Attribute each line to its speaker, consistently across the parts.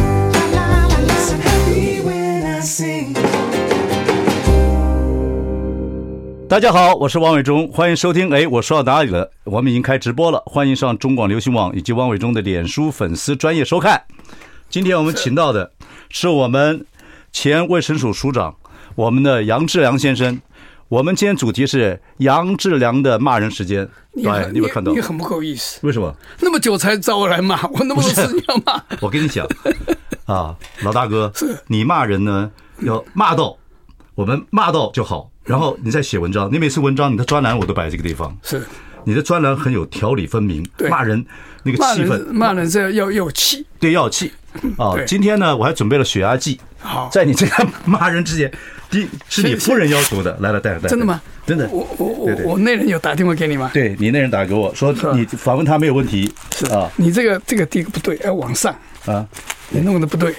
Speaker 1: So happy when I sing.
Speaker 2: 大家好，我是王伟忠，欢迎收听。哎，我说到哪里了？我们已经开直播了，欢迎上中广流行网以及王伟忠的脸书粉丝专业收看。今天我们请到的是我们前卫生署署长，我们的杨志良先生。我们今天主题是杨志良的骂人时间。
Speaker 3: 你
Speaker 2: 哎，
Speaker 3: 很
Speaker 2: 你有没有看到
Speaker 3: 你？很不够意思，
Speaker 2: 为什么？
Speaker 3: 那么久才找我来骂，我那么多
Speaker 2: 啊
Speaker 3: 事情要骂，
Speaker 2: 我跟你 讲啊，老大哥，你骂人呢要骂到，我们骂到就好，然后你再写文章。你每次文章你的专栏我都摆这个地方。
Speaker 3: 是
Speaker 2: 你的专栏很有条理分明，
Speaker 3: 对
Speaker 2: 骂人那个
Speaker 3: 骂
Speaker 2: 气
Speaker 3: 人
Speaker 2: 氛，
Speaker 3: 骂人是要有气，
Speaker 2: 对要有气啊。
Speaker 3: 对
Speaker 2: 今天呢，我还准备了血压计，
Speaker 3: 好
Speaker 2: 在你这个骂人之前，第一是你夫人要求的，来来带来带来，
Speaker 3: 真的吗？
Speaker 2: 真的，
Speaker 3: 我我我
Speaker 2: 对对
Speaker 3: 我那人有打电话给你吗？
Speaker 2: 对你那人打给我说
Speaker 3: 是吧
Speaker 2: 你访问他没有问题
Speaker 3: 是
Speaker 2: 啊
Speaker 3: 你这个这个第一个不对，要往上，
Speaker 2: 啊，
Speaker 3: 你弄的不对，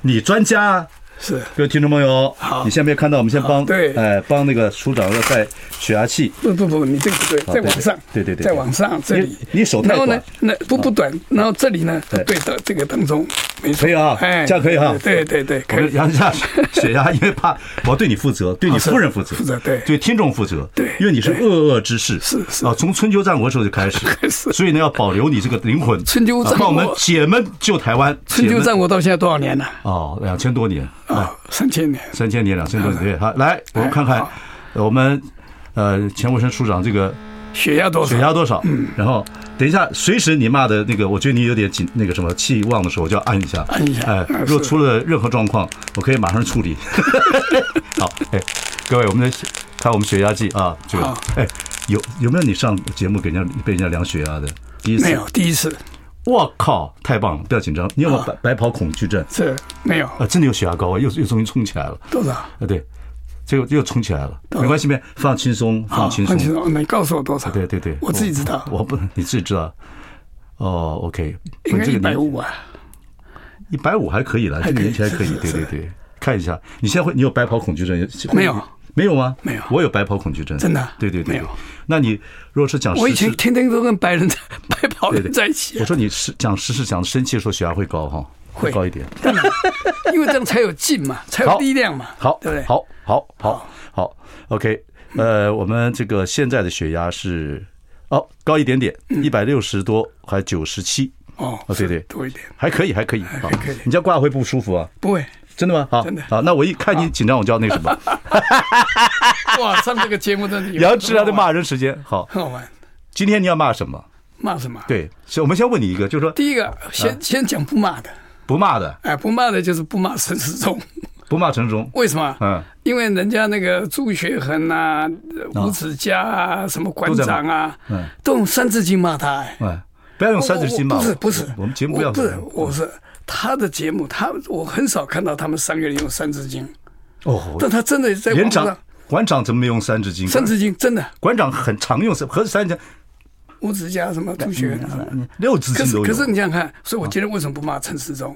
Speaker 2: 你专家啊。
Speaker 3: 是
Speaker 2: 各位听众朋友，
Speaker 3: 好
Speaker 2: 你现在没有看到，我们先帮
Speaker 3: 对
Speaker 2: 哎帮那个署长要带血压器，
Speaker 3: 不不不，你这个不对，再
Speaker 2: 啊对对
Speaker 3: 往上，
Speaker 2: 对对对
Speaker 3: 再往上这里，
Speaker 2: 你你手太
Speaker 3: 然后呢
Speaker 2: 短，啊
Speaker 3: 那不不短，然后这里呢，
Speaker 2: 对
Speaker 3: 对的，这个当中没错，
Speaker 2: 可以啊
Speaker 3: 哎，
Speaker 2: 这样可以啊
Speaker 3: 对对对，
Speaker 2: 我
Speaker 3: 可
Speaker 2: 们
Speaker 3: 以，哦
Speaker 2: 量一下血 压，因为怕我对你负责，对你夫人负责，
Speaker 3: 负责对
Speaker 2: 对听众负责，
Speaker 3: 对
Speaker 2: 因为你是
Speaker 3: 对
Speaker 2: 恶恶之士，
Speaker 3: 是是
Speaker 2: 啊，从春秋战国时候就开 始，
Speaker 3: 是
Speaker 2: 所以呢要保留你这个灵魂，
Speaker 3: 春秋战
Speaker 2: 啊
Speaker 3: 国
Speaker 2: 帮我们解闷救台湾，
Speaker 3: 春
Speaker 2: 解
Speaker 3: 秋
Speaker 2: 闷
Speaker 3: 战国到现在多少年了？
Speaker 2: 哦，两千多年，
Speaker 3: 啊，三千年，
Speaker 2: 三千年，两千多 年，对，好，来我们看看
Speaker 3: 好
Speaker 2: 呃我们呃钱卫生署长这个
Speaker 3: 血压多少？
Speaker 2: 血压多少，
Speaker 3: 嗯
Speaker 2: 然后等一下随时你骂的那个，我觉得你有点紧那个什么气旺的时候，我就要按一下，
Speaker 3: 按一下
Speaker 2: 哎
Speaker 3: 啊，
Speaker 2: 如果
Speaker 3: 是
Speaker 2: 出了任何状况，我可以马上处理。 好，哎，各位，我们的看我们血压计啊，就
Speaker 3: 好
Speaker 2: 哎，有有没有你上节目给人家被人家量血压的？第一次
Speaker 3: 没有，第一次
Speaker 2: 我靠，太棒了！不要紧张，你有没有
Speaker 3: 啊
Speaker 2: 白白袍恐惧症？
Speaker 3: 是没有
Speaker 2: 啊，真的有血压高啊，又又重新冲起来了。
Speaker 3: 多少。
Speaker 2: 啊，对，这又又冲起来了，没关系，没放轻松，放
Speaker 3: 好
Speaker 2: 轻
Speaker 3: 哦放轻
Speaker 2: 松。
Speaker 3: 松，你告诉我多少？
Speaker 2: 对对对，
Speaker 3: 我自己知道，
Speaker 2: 我不你自己知道。哦，OK，
Speaker 3: 应该
Speaker 2: 这
Speaker 3: 一
Speaker 2: 个
Speaker 3: 百
Speaker 2: 年
Speaker 3: 五啊，
Speaker 2: 一百五还可以了，这个
Speaker 3: 可以
Speaker 2: 年纪还可以
Speaker 3: 是，是
Speaker 2: 对对
Speaker 3: 是
Speaker 2: 对，看一下，你现在会你有白袍恐惧症？会
Speaker 3: 没有，
Speaker 2: 没有吗？
Speaker 3: 没有
Speaker 2: 我有白袍恐惧症，
Speaker 3: 真的啊
Speaker 2: 对对对，
Speaker 3: 没有。
Speaker 2: 那你如果是讲
Speaker 3: 我
Speaker 2: 实
Speaker 3: 以前
Speaker 2: 事，
Speaker 3: 天天都跟白人在 白袍
Speaker 2: 对对
Speaker 3: 人在一起
Speaker 2: 我
Speaker 3: 啊，
Speaker 2: 说你是讲实事，讲生气的时候血压会高哈，
Speaker 3: 会
Speaker 2: 高一点。
Speaker 3: 当然，因为这样才有劲嘛，才有
Speaker 2: 好
Speaker 3: 力量嘛，
Speaker 2: 好，
Speaker 3: 对不对？，
Speaker 2: 好，好，好，好，OK，呃，我们这个现在的血压是哦高一点点，
Speaker 3: 嗯
Speaker 2: 一百六十多，还九十七，
Speaker 3: 哦
Speaker 2: 哦，对对
Speaker 3: 是多一点，
Speaker 2: 还可以，还可以，
Speaker 3: 哎
Speaker 2: 啊
Speaker 3: 还可以
Speaker 2: 你这样挂会不舒服啊？
Speaker 3: 不会，
Speaker 2: 真的吗？好，
Speaker 3: 真的
Speaker 2: 好，那我一看你紧张，我就要那个什么，
Speaker 3: 哇，上这个节目真的有
Speaker 2: 杨志良的骂
Speaker 3: 很
Speaker 2: 人时间。好，
Speaker 3: 好玩，很好玩，
Speaker 2: 今天你要骂什么？
Speaker 3: 骂什么？，啊
Speaker 2: 对，啊所以我们先问你一个，就是说
Speaker 3: 第一个先先讲不骂的，
Speaker 2: 不骂的，
Speaker 3: 哎，不骂的就是不骂陈世忠，
Speaker 2: 不骂陈忠，
Speaker 3: 为什么？
Speaker 2: 嗯，
Speaker 3: 因为人家那个朱学恒啊、
Speaker 2: 哦
Speaker 3: 呃吴子嘉啊、什么馆长啊，
Speaker 2: 嗯
Speaker 3: 都用《三字经》骂他、哎，
Speaker 2: 哎，不要用三字经骂
Speaker 3: 我
Speaker 2: 我，
Speaker 3: 不是不是，
Speaker 2: 我们节目不要
Speaker 3: 我不是，我是他的节目，他我很少看到他们三个人用《三字经》，
Speaker 2: 哦，
Speaker 3: 但他真的在网
Speaker 2: 连
Speaker 3: 络上
Speaker 2: 长
Speaker 3: 《
Speaker 2: 馆长怎么没用三字经？
Speaker 3: 三字经》真的，
Speaker 2: 馆长很常用三，和三字
Speaker 3: 吴子嘉什么朱学恒啊，
Speaker 2: 经六字
Speaker 3: 可
Speaker 2: 经
Speaker 3: 是
Speaker 2: 都
Speaker 3: 可
Speaker 2: 有
Speaker 3: 是。你想想看，所以我今天为什么不骂陈世忠？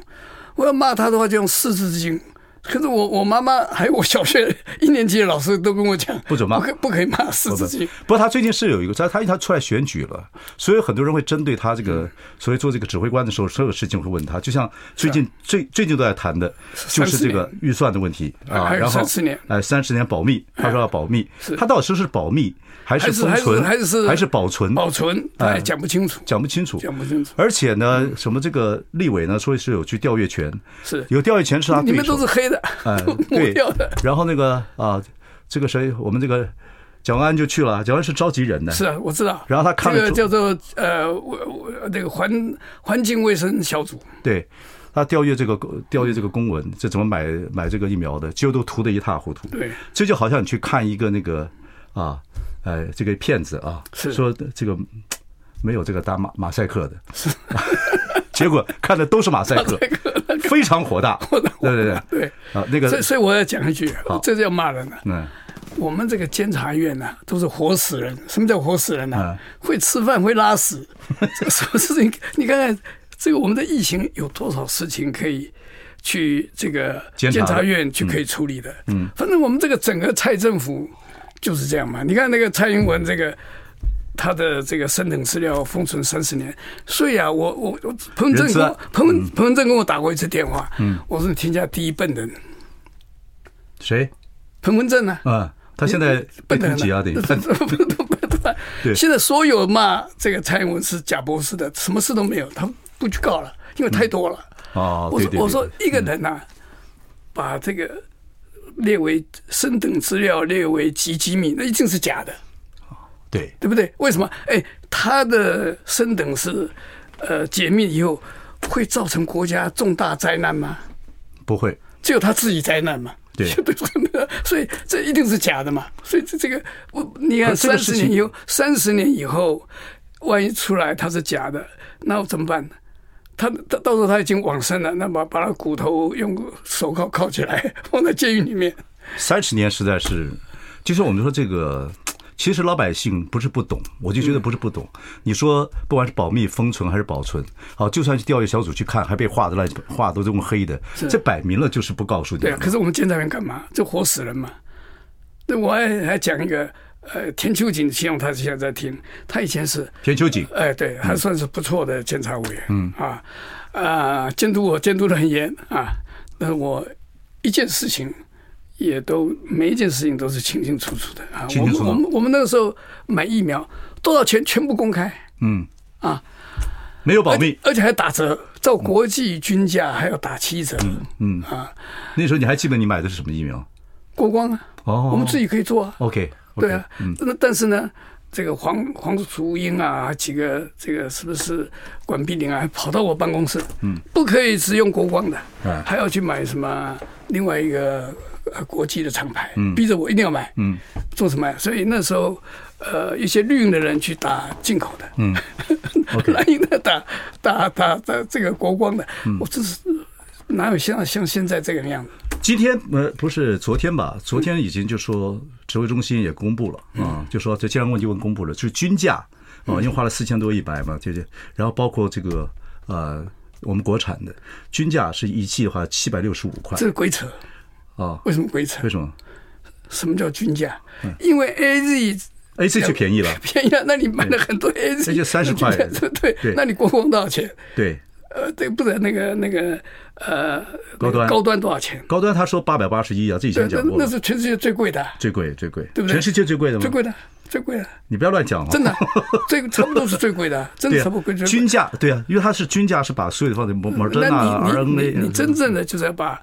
Speaker 3: 我要骂他的话就用《四字经》。可是我我妈妈还有我小学一年级的老师都跟我讲，
Speaker 2: 不准骂
Speaker 3: 不可不可以骂《四字经》。
Speaker 2: 不过他最近是有一个，他他因为他出来选举了，所以很多人会针对他这
Speaker 3: 嗯
Speaker 2: 个，所以做这个指挥官的时候，所有事情会问他。就像最近
Speaker 3: 啊
Speaker 2: 最最近都在谈的，就是这个预算的问题啊，
Speaker 3: 还有
Speaker 2: 然后
Speaker 3: 30年
Speaker 2: 哎，三十年保密，他说要保密，他到底是不是保密，还是
Speaker 3: 还是
Speaker 2: 封
Speaker 3: 还是
Speaker 2: 存，
Speaker 3: 还是
Speaker 2: 还是保存，
Speaker 3: 保存，
Speaker 2: 哎
Speaker 3: 他也讲不清楚，
Speaker 2: 讲不清楚，
Speaker 3: 讲不清楚。
Speaker 2: 而且呢，什么这个立委呢，说是有去调阅权，
Speaker 3: 是
Speaker 2: 有调阅权是他
Speaker 3: 你
Speaker 2: 对
Speaker 3: 们
Speaker 2: 手
Speaker 3: 都是，黑的，
Speaker 2: 哎
Speaker 3: 抹掉的。
Speaker 2: 然后那个啊，这个谁，我们这个蒋万安就去了，蒋万安是召集人呢，
Speaker 3: 是啊，我知道。
Speaker 2: 然后他看了
Speaker 3: 这个
Speaker 2: 中
Speaker 3: 叫做呃，我我那个环环境卫生小组，
Speaker 2: 对。他调阅这个调阅这个公文，这怎么买买这个疫苗的，结果都涂得一塌糊涂。
Speaker 3: 对，
Speaker 2: 这就好像你去看一个那个啊，呃，这个骗子啊，
Speaker 3: 是
Speaker 2: 说这个没有这个打马马赛克的， 结果看的都是马赛 克，非常火大。对对对
Speaker 3: 对。
Speaker 2: 啊，那个
Speaker 3: 所以，所以我要讲一句，这叫骂人了。
Speaker 2: 嗯，
Speaker 3: 我们这个监察院呢、都是活死人。什么叫活死人呢、
Speaker 2: 嗯
Speaker 3: 会吃饭，会拉屎，这个什么事情？你看看这个我们的疫情有多少事情可以去这个
Speaker 2: 监
Speaker 3: 监
Speaker 2: 察
Speaker 3: 察院去可以处理的？嗯，反正我们这个整个蔡政府就是这样嘛。你看那个蔡英文这个。他的这个升等资料封存三十年，所以啊，我我我彭正
Speaker 2: 人资
Speaker 3: 跟
Speaker 2: 啊
Speaker 3: 我彭彭正跟我打过一次电话，我说你天下第一笨人
Speaker 2: 谁？
Speaker 3: 彭文正呢、
Speaker 2: 啊，他 现在被
Speaker 3: 笨的
Speaker 2: 通缉啊，得 对
Speaker 3: 现在所有骂这个蔡英文是假博士的，什么事都没有，他不去告了，因为太多了。
Speaker 2: 哦，
Speaker 3: 我
Speaker 2: 对
Speaker 3: 说
Speaker 2: 对对嗯
Speaker 3: 我说一个人呐、把这个列为升等资料列为几几米，那一定是假的，
Speaker 2: 对，
Speaker 3: 对不对？为什么？哎，他的升等是呃解密以后会造成国家重大灾难吗？
Speaker 2: 不会，
Speaker 3: 只有他自己灾难嘛。
Speaker 2: 对
Speaker 3: 所以这一定是假的嘛。所以这这个，我你看
Speaker 2: 可啊是这个
Speaker 3: 三
Speaker 2: 事
Speaker 3: 十
Speaker 2: 情
Speaker 3: 年以后，三十年以后，万一出来他是假的，那我怎么办呢？他到到时候他已经往生了，那把把他骨头用手铐铐起来， 放在监狱里面。
Speaker 2: 三十年实在是，就是我们说这个，其实老百姓不是不懂，我就觉得
Speaker 3: 嗯
Speaker 2: 不是不懂。你说不管是保密、封存还是保存，好，就算是调研小组去看，还被画的乱七八，画都这么黑的，这摆明了就是不告诉你
Speaker 3: 对啊，。可是我们监察院干嘛？这活死人嘛！那我还还讲一个，呃，田秋瑾，希望他现在在听，他以前是
Speaker 2: 田秋瑾
Speaker 3: 哎，对，还算是不错的监察委员，嗯啊啊，监督我监督的很严啊，那我一件事情也都每一件事情都是清清楚楚的啊。
Speaker 2: 清
Speaker 3: 我
Speaker 2: 清
Speaker 3: 们
Speaker 2: 楚楚
Speaker 3: 我们我们那个时候买疫苗多少钱全部公开，
Speaker 2: 没有保
Speaker 3: 而
Speaker 2: 密
Speaker 3: 且，而且还打折，照国际均价还要打七折，
Speaker 2: 嗯那时候你还记得你买的是什么疫苗？
Speaker 3: 国光啊，
Speaker 2: 哦
Speaker 3: 我们自己可以做啊。
Speaker 2: OK，
Speaker 3: 对啊，那但是呢，这个黄黄竹英啊，几个这个是不是管碧玲啊，还跑到我办公室，嗯，啊不可以只用国光的，
Speaker 2: 嗯
Speaker 3: 还要去买什么另外一个呃国际的厂牌，逼着我一定要买，嗯，做什么呀？所以那时候。呃，一些绿营的人去打进口的， 嗯，蓝营的打打打打这个国光的，我真是哪有像像现在这个样子？
Speaker 2: 今天呃不是昨天
Speaker 3: 嗯
Speaker 2: 吧？昨天已经就说指挥中心也公布了啊、就说这健康问题问公布了，就是均价啊、
Speaker 3: 嗯
Speaker 2: 因为花了四千多亿百嘛，就是然后包括这个呃我们国产的均价是一剂的话七百六十五块
Speaker 3: 这是鬼扯，
Speaker 2: 啊，
Speaker 3: 为什么鬼扯
Speaker 2: 为？什么
Speaker 3: 什么叫均价？因为 A Z
Speaker 2: A C 就便宜了？
Speaker 3: 便宜了，那你买了很多 A Z，
Speaker 2: 那就30块
Speaker 3: 对
Speaker 2: 对
Speaker 3: 那你国光多少钱？
Speaker 2: 对，
Speaker 3: 呃，对，不是那个那个呃，
Speaker 2: 高端
Speaker 3: 高端多少钱？
Speaker 2: 高端他说八百八十一啊，这以
Speaker 3: 对
Speaker 2: 前，
Speaker 3: 那
Speaker 2: 讲过
Speaker 3: 那
Speaker 2: 了，嗯
Speaker 3: 是全世界最贵的，
Speaker 2: 最贵最贵，
Speaker 3: 对不对？
Speaker 2: 全世界最贵的吗
Speaker 3: 最？贵的，最贵的，
Speaker 2: 你不要乱讲啊！
Speaker 3: 真的，最差不多是最贵的，真
Speaker 2: 对
Speaker 3: 的
Speaker 2: 啊
Speaker 3: 差不多贵。最贵
Speaker 2: 均价对啊，因为它是均价是把所有的放在 m o d e
Speaker 3: 那
Speaker 2: r
Speaker 3: 你你
Speaker 2: RNA，
Speaker 3: 你你真正的就是要把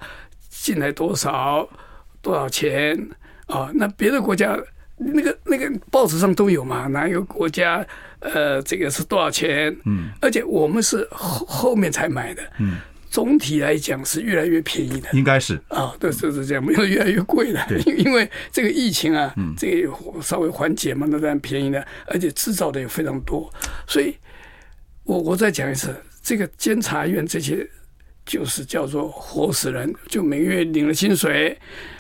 Speaker 3: 进来多少多少钱啊？那别的国家那个那个报纸上都有嘛，哪一个国家呃这个是多少钱？嗯，而且我们是后后面才买的，嗯，总体来讲是越来越便宜的。
Speaker 2: 应该是
Speaker 3: 啊，对，就是这样，没有越来越贵了，因 因为这个疫情啊，
Speaker 2: 嗯
Speaker 3: 这个稍微缓解嘛，那当然便宜了，而且制造的也非常多，所以我我再讲一次，这个监察院这些就是叫做活死人，就每个月领了薪水，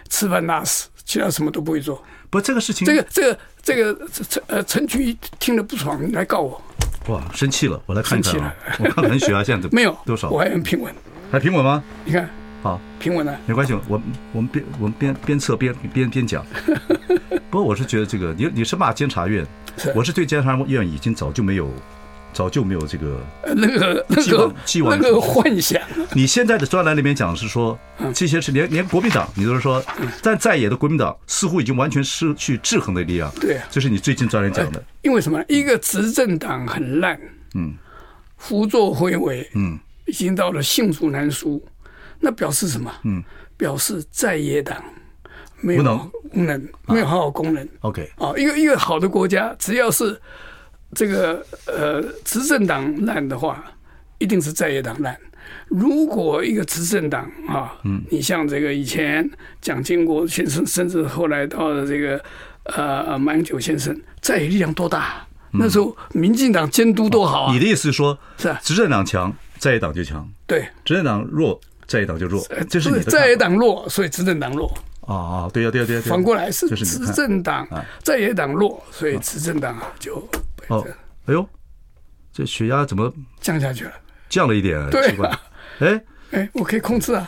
Speaker 3: 吃饭拉屎，其他什么都不会做。
Speaker 2: 不这个事情
Speaker 3: 这个这个这个陈呃陈局听了不爽，你来告我，
Speaker 2: 哇，生气了，我来看看
Speaker 3: 生气
Speaker 2: 啊，我看看血压现在怎么
Speaker 3: 没有
Speaker 2: 多少
Speaker 3: 我，还很平稳，
Speaker 2: 还平稳吗？
Speaker 3: 你看
Speaker 2: 好，
Speaker 3: 平稳啊，
Speaker 2: 没关系，我们我们边我们边边测边边边 讲。不过我是觉得这个，你你是骂监察院，
Speaker 3: 是
Speaker 2: 我是对监察院已经早就没有早就没有这 个。
Speaker 3: 呃那个那
Speaker 2: 既往
Speaker 3: 个
Speaker 2: 既往
Speaker 3: 那个幻想，
Speaker 2: 你现在的专栏里面讲的是说，
Speaker 3: 嗯
Speaker 2: 这些是连连国民党，你都是说，但在野的国民党似乎已经完全失去制衡的力量。
Speaker 3: 对哎啊
Speaker 2: 这是你最近专栏讲的。
Speaker 3: 因为什么？一个执政党很烂，嗯，胡作非为，嗯，已经到了罄竹难书，那表示什么？嗯，表示在野党没有
Speaker 2: 无能
Speaker 3: 无能没有好好工人
Speaker 2: OK，
Speaker 3: 啊、一个一个好的国家，只要是这个呃执政党烂的话，一定是在野党烂。如果一个执政党啊，
Speaker 2: 嗯
Speaker 3: 你像这个以前蒋经国先生，甚至后来到了这个呃马英九先生，在野力量多大？那时候民进党监督多好
Speaker 2: 嗯
Speaker 3: 啊！
Speaker 2: 哦你的意思是说，
Speaker 3: 是啊
Speaker 2: 执政党强，在野党就强；
Speaker 3: 对，
Speaker 2: 执政党弱，在野党就弱
Speaker 3: 呃。
Speaker 2: 这是你的
Speaker 3: 在野
Speaker 2: 看法
Speaker 3: 党弱，所以执政党弱。
Speaker 2: 啊啊，对呀、对呀、对呀、对呀
Speaker 3: 反过来是
Speaker 2: 就是你
Speaker 3: 执
Speaker 2: 看啊
Speaker 3: 政党在野党弱，所以执政党啊就
Speaker 2: 哦，哎呦，这血压怎么
Speaker 3: 降下去了。
Speaker 2: 降了一点？
Speaker 3: 对啊
Speaker 2: 奇 怪，哎，
Speaker 3: 哎，我可以控制啊，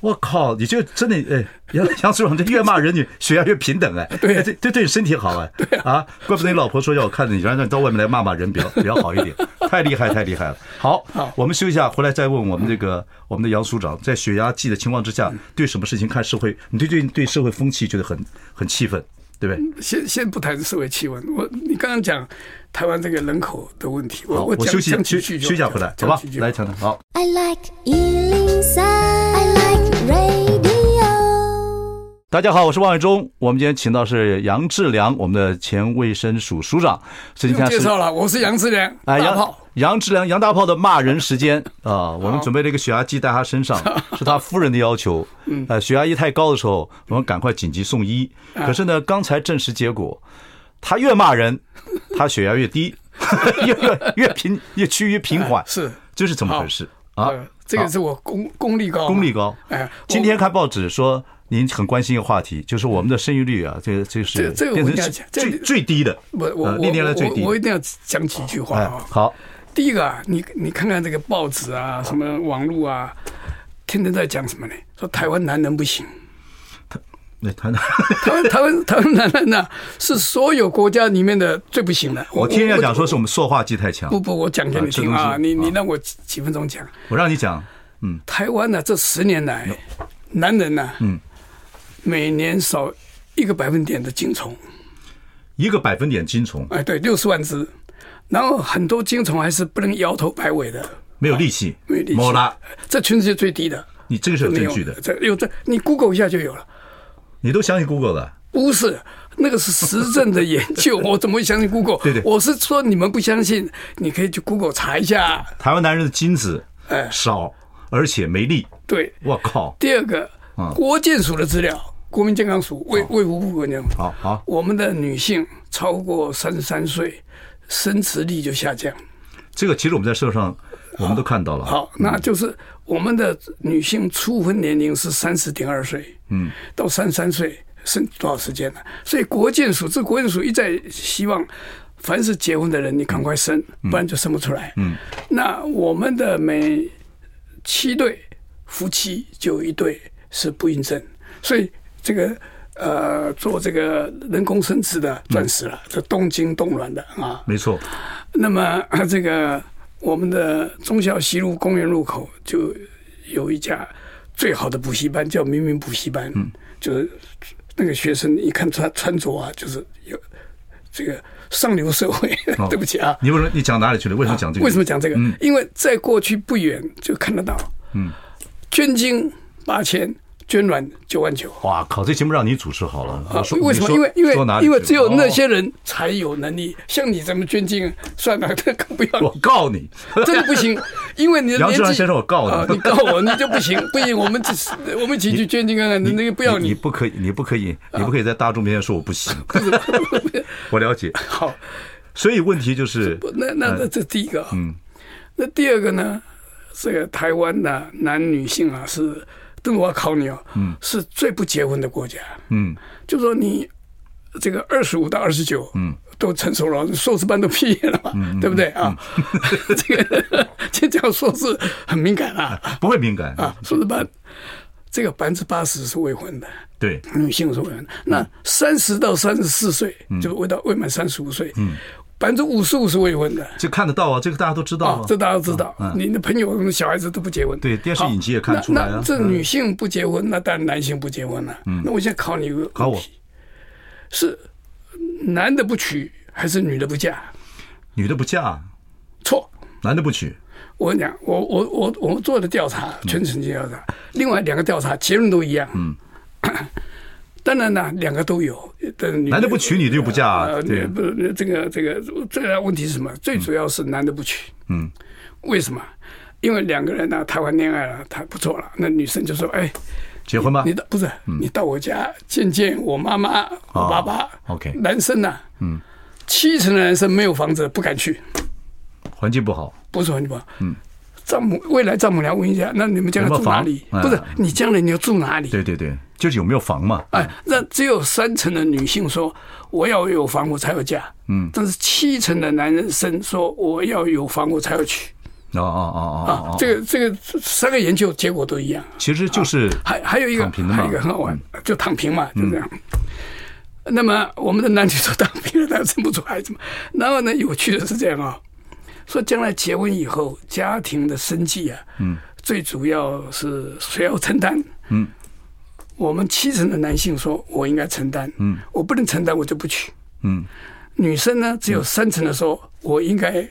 Speaker 2: 我靠，你这个真的哎，杨杨处长这越骂人，你血压越平等哎，
Speaker 3: 对
Speaker 2: 哎这这对你身体好 哎，对啊，怪不得你老婆说要我看着你，让让你到外面来骂骂人比较比较好一 点，太厉害太厉害了。好
Speaker 3: 好，嗯
Speaker 2: 我们休息一下，回来再问我们这个我们的杨处长，在血压计的情况之下，对什么事情看社会，你对对对社会风气觉得很很气愤，对不对？
Speaker 3: 先先不谈社会气温，我你刚刚讲台湾这个人口的问题，
Speaker 2: 好，我
Speaker 3: 我讲
Speaker 2: 休息
Speaker 3: 讲
Speaker 2: 休
Speaker 3: 几句
Speaker 2: 息
Speaker 3: 就
Speaker 2: 休息一下回来，好吧
Speaker 3: 讲几？句
Speaker 2: 来，强强好。
Speaker 4: I like Ealing Sound. I like radio.
Speaker 2: 大家好，我是王伟忠。我们今天请到是杨志良，我们的前卫生署署长。所以你
Speaker 3: 不用
Speaker 2: 看
Speaker 3: 介
Speaker 2: 是
Speaker 3: 绍了，我是杨志良，
Speaker 2: 啊，
Speaker 3: 大
Speaker 2: 杨
Speaker 3: 炮。
Speaker 2: 杨志良杨大炮的骂人时间啊，我们准备了一个血压计在他身 上，是他夫人的要求。
Speaker 3: 嗯
Speaker 2: 呃，血压一太高的时候，我们赶快紧急送 医。
Speaker 3: 啊
Speaker 2: 可是呢，刚才证实结果，他越骂 人，他血压越低， 越越越平越趋于平 缓，
Speaker 3: 哎是
Speaker 2: 这是怎么回事啊
Speaker 3: 啊，呃？这个是我功功力高，
Speaker 2: 功力高。
Speaker 3: 哎，我
Speaker 2: 今天看报纸说您很关心一个话题，就是我们的生育率啊，这这是
Speaker 3: 这这个我
Speaker 2: 变成
Speaker 3: 跟你
Speaker 2: 是
Speaker 3: 讲这
Speaker 2: 最最低的，
Speaker 3: 我我
Speaker 2: 呃
Speaker 3: 我
Speaker 2: 历年来最低
Speaker 3: 我。我一定要讲几句话
Speaker 2: 哎
Speaker 3: 啊，。
Speaker 2: 好，
Speaker 3: 第一个啊，你你看看这个报纸啊，什么网络啊，天天在讲什么呢？说台湾男人不行，
Speaker 2: 那谈 谈。
Speaker 3: 台湾台湾台湾男人呐、是所有国家里面的最不行的。
Speaker 2: 我听人家讲说是我们塑化剂太强，
Speaker 3: 不不，我讲给你听
Speaker 2: 啊这
Speaker 3: 啊，
Speaker 2: 东西
Speaker 3: 你你
Speaker 2: 啊
Speaker 3: 让我几几分钟讲。
Speaker 2: 我让你讲，
Speaker 3: 台湾呢、这十年来，男人呢、
Speaker 2: 嗯，
Speaker 3: 每年少一个百分点的精虫，
Speaker 2: 一个百分点精虫
Speaker 3: 哎，对，六十万只，然后很多精虫还是不能摇头摆尾的，
Speaker 2: 没有力气，
Speaker 3: 没力气
Speaker 2: 莫拉，
Speaker 3: 这群是最低的。
Speaker 2: 你这个是有
Speaker 3: 没
Speaker 2: 证
Speaker 3: 有
Speaker 2: 据的，
Speaker 3: 这有这，你 Google 一下就有了。
Speaker 2: 你都相信 Google 了，
Speaker 3: 不是，那个是实证的研 究，我怎么会相信 Google？
Speaker 2: 对对
Speaker 3: 我是说你们不相信，你可以去 Google 查一下。
Speaker 2: 台湾男人的精子
Speaker 3: 哎
Speaker 2: 少，而且没力，
Speaker 3: 对，
Speaker 2: 我靠，
Speaker 3: 第二个
Speaker 2: 嗯，
Speaker 3: 国健署的资料，国民健康署卫卫福部国健
Speaker 2: 好好
Speaker 3: 我们的女性超过三十三岁，生殖力就下降。
Speaker 2: 这个其实我们在社会上我们都看到了，
Speaker 3: 好，那就是我们的女性初婚年龄是三十点二岁，嗯，到三三岁剩多少时间呢？所以国健署这国健署一再希望，凡是结婚的人你赶快生，不然就生不出来。嗯，那我们的每七对夫妻就有一对是不孕症，所以这个。呃，做这个人工生殖的钻石了，这冻精冻卵的啊，
Speaker 2: 没错，
Speaker 3: 那么啊这个我们的忠孝西路公园路口就有一家最好的补习班，叫明明补习班，
Speaker 2: 嗯
Speaker 3: 就是那个学生一看穿穿着啊，就是有这个上流社会。
Speaker 2: 哦
Speaker 3: 对不起啊，
Speaker 2: 你为什么你讲哪里去了？为什么讲这个？
Speaker 3: 为什么讲这个？因为在过去不远就看得到，
Speaker 2: 嗯，
Speaker 3: 捐精八千，捐卵九万九。
Speaker 2: 哇靠！这节目让你主持好了。
Speaker 3: 啊
Speaker 2: 我说，
Speaker 3: 为什
Speaker 2: 你说
Speaker 3: 么？因为因
Speaker 2: 说哪
Speaker 3: 为
Speaker 2: 里
Speaker 3: 因为
Speaker 2: 去了
Speaker 3: 只有那
Speaker 2: 哦
Speaker 3: 些人才有能力，像你这么捐精，算了， 这更不要
Speaker 2: 我告你，
Speaker 3: 真的不行，因为你的
Speaker 2: 杨
Speaker 3: 年纪
Speaker 2: 志良先生我告你
Speaker 3: 啊你告我你就不行，不行，我们只是我们一起去捐精看看，那个不要
Speaker 2: 你，
Speaker 3: 你。
Speaker 2: 不可以，你不可以，你不可以在大众面前说我不 行。我了解，
Speaker 3: 好，
Speaker 2: 所以问题就是
Speaker 3: 不那
Speaker 2: 嗯
Speaker 3: 那那这第一个啊，那第二个呢？这个台湾的男女性啊，是，等我要考你哦，是最不结婚的国家。
Speaker 2: 嗯，
Speaker 3: 就说你这个二十五到二十九，嗯，都成熟了，硕士班都毕业了
Speaker 2: 嗯
Speaker 3: 嘛，对不对啊？ 这个 这讲硕士很敏感啊
Speaker 2: 不会敏感，
Speaker 3: 啊，硕士班这个百分之八十是未婚的。
Speaker 2: 对，嗯
Speaker 3: 女性是未婚。那三十到三十四岁，就是未到未满三十五岁，
Speaker 2: 嗯
Speaker 3: 百分之五十五是未婚的。
Speaker 2: 这看得到啊，这个大家都知道
Speaker 3: 啊
Speaker 2: 啊，。
Speaker 3: 这大家都知道，你的朋友、小孩子都不结婚。
Speaker 2: 对电视影集也看
Speaker 3: 好
Speaker 2: 出来啊嗯
Speaker 3: 那那这女性不结婚，那当然男性不结婚了。那我现在考你一个问题
Speaker 2: 考我，
Speaker 3: 是男的不娶还是女的不嫁？
Speaker 2: 女的不嫁，
Speaker 3: 错，
Speaker 2: 男的不娶，
Speaker 3: 我跟你讲，我我我我做的调查，
Speaker 2: 嗯
Speaker 3: 全程调查，另外两个调查结论都一样。嗯， 当然啦，两个都有。但
Speaker 2: 男的不娶女的就不嫁啊
Speaker 3: 呃，
Speaker 2: 对
Speaker 3: 不，这个这个这个问题是什么？最主要是男的不娶。
Speaker 2: 嗯，
Speaker 3: 为什么？因为两个人呢、谈完恋爱了，谈不错了，那女生就说：“哎，
Speaker 2: 结婚吧
Speaker 3: 你。到不是、
Speaker 2: 嗯
Speaker 3: 你到我家见见我妈妈、我爸爸。
Speaker 2: 啊 OK
Speaker 3: 男生呢、嗯，七成的男生没有房子，不敢去。
Speaker 2: 环境不好，
Speaker 3: 不是环保。嗯，丈母未来丈母娘问一下，那你们将来
Speaker 2: 有没有
Speaker 3: 住哪
Speaker 2: 房
Speaker 3: 里？
Speaker 2: 嗯
Speaker 3: 不是你将来你要住哪里？
Speaker 2: 对对对，就是有没有房嘛？
Speaker 3: 哎，那只有三成的女性说我要有房我才有嫁，嗯，但是七成的男人生说我要有房我才要娶
Speaker 2: 哦哦哦哦
Speaker 3: 啊
Speaker 2: 哦，，
Speaker 3: 这个这个三个研究结果都一样。
Speaker 2: 其实就是
Speaker 3: 啊还还有一个
Speaker 2: 躺平的嘛嗯
Speaker 3: 还有一个很好玩，就躺平嘛，就这样。那么我们的男女都躺平了，但生不出孩子嘛。然后呢，有趣的是这样啊、说将来结婚以后，家庭的生计啊，嗯，最主要是谁要承担？嗯，我们七成的男性说我应该承担，嗯，我不能承担我就不娶，
Speaker 2: 嗯，
Speaker 3: 女生呢只有三成的说我应该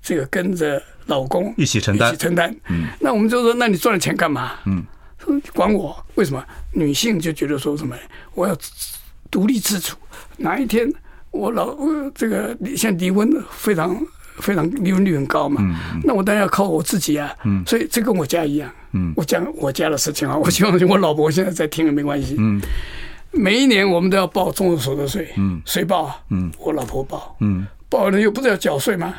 Speaker 3: 这个跟着老公
Speaker 2: 一起承担
Speaker 3: 一起承担，嗯，那我们就说那你赚了钱干嘛？嗯，管我为什么？女性就觉得说什么我要独立自主，哪一天我老呃这个离现在离婚非常非常离婚率很高嘛，那我当然要靠我自己啊，所以这跟我家一样，我讲我家的事情啊，我希望我老婆现在在听也没关系，每一年我们都要报综合所得税，
Speaker 2: 嗯
Speaker 3: 谁报啊？我老婆报，报了又不是要缴税吗？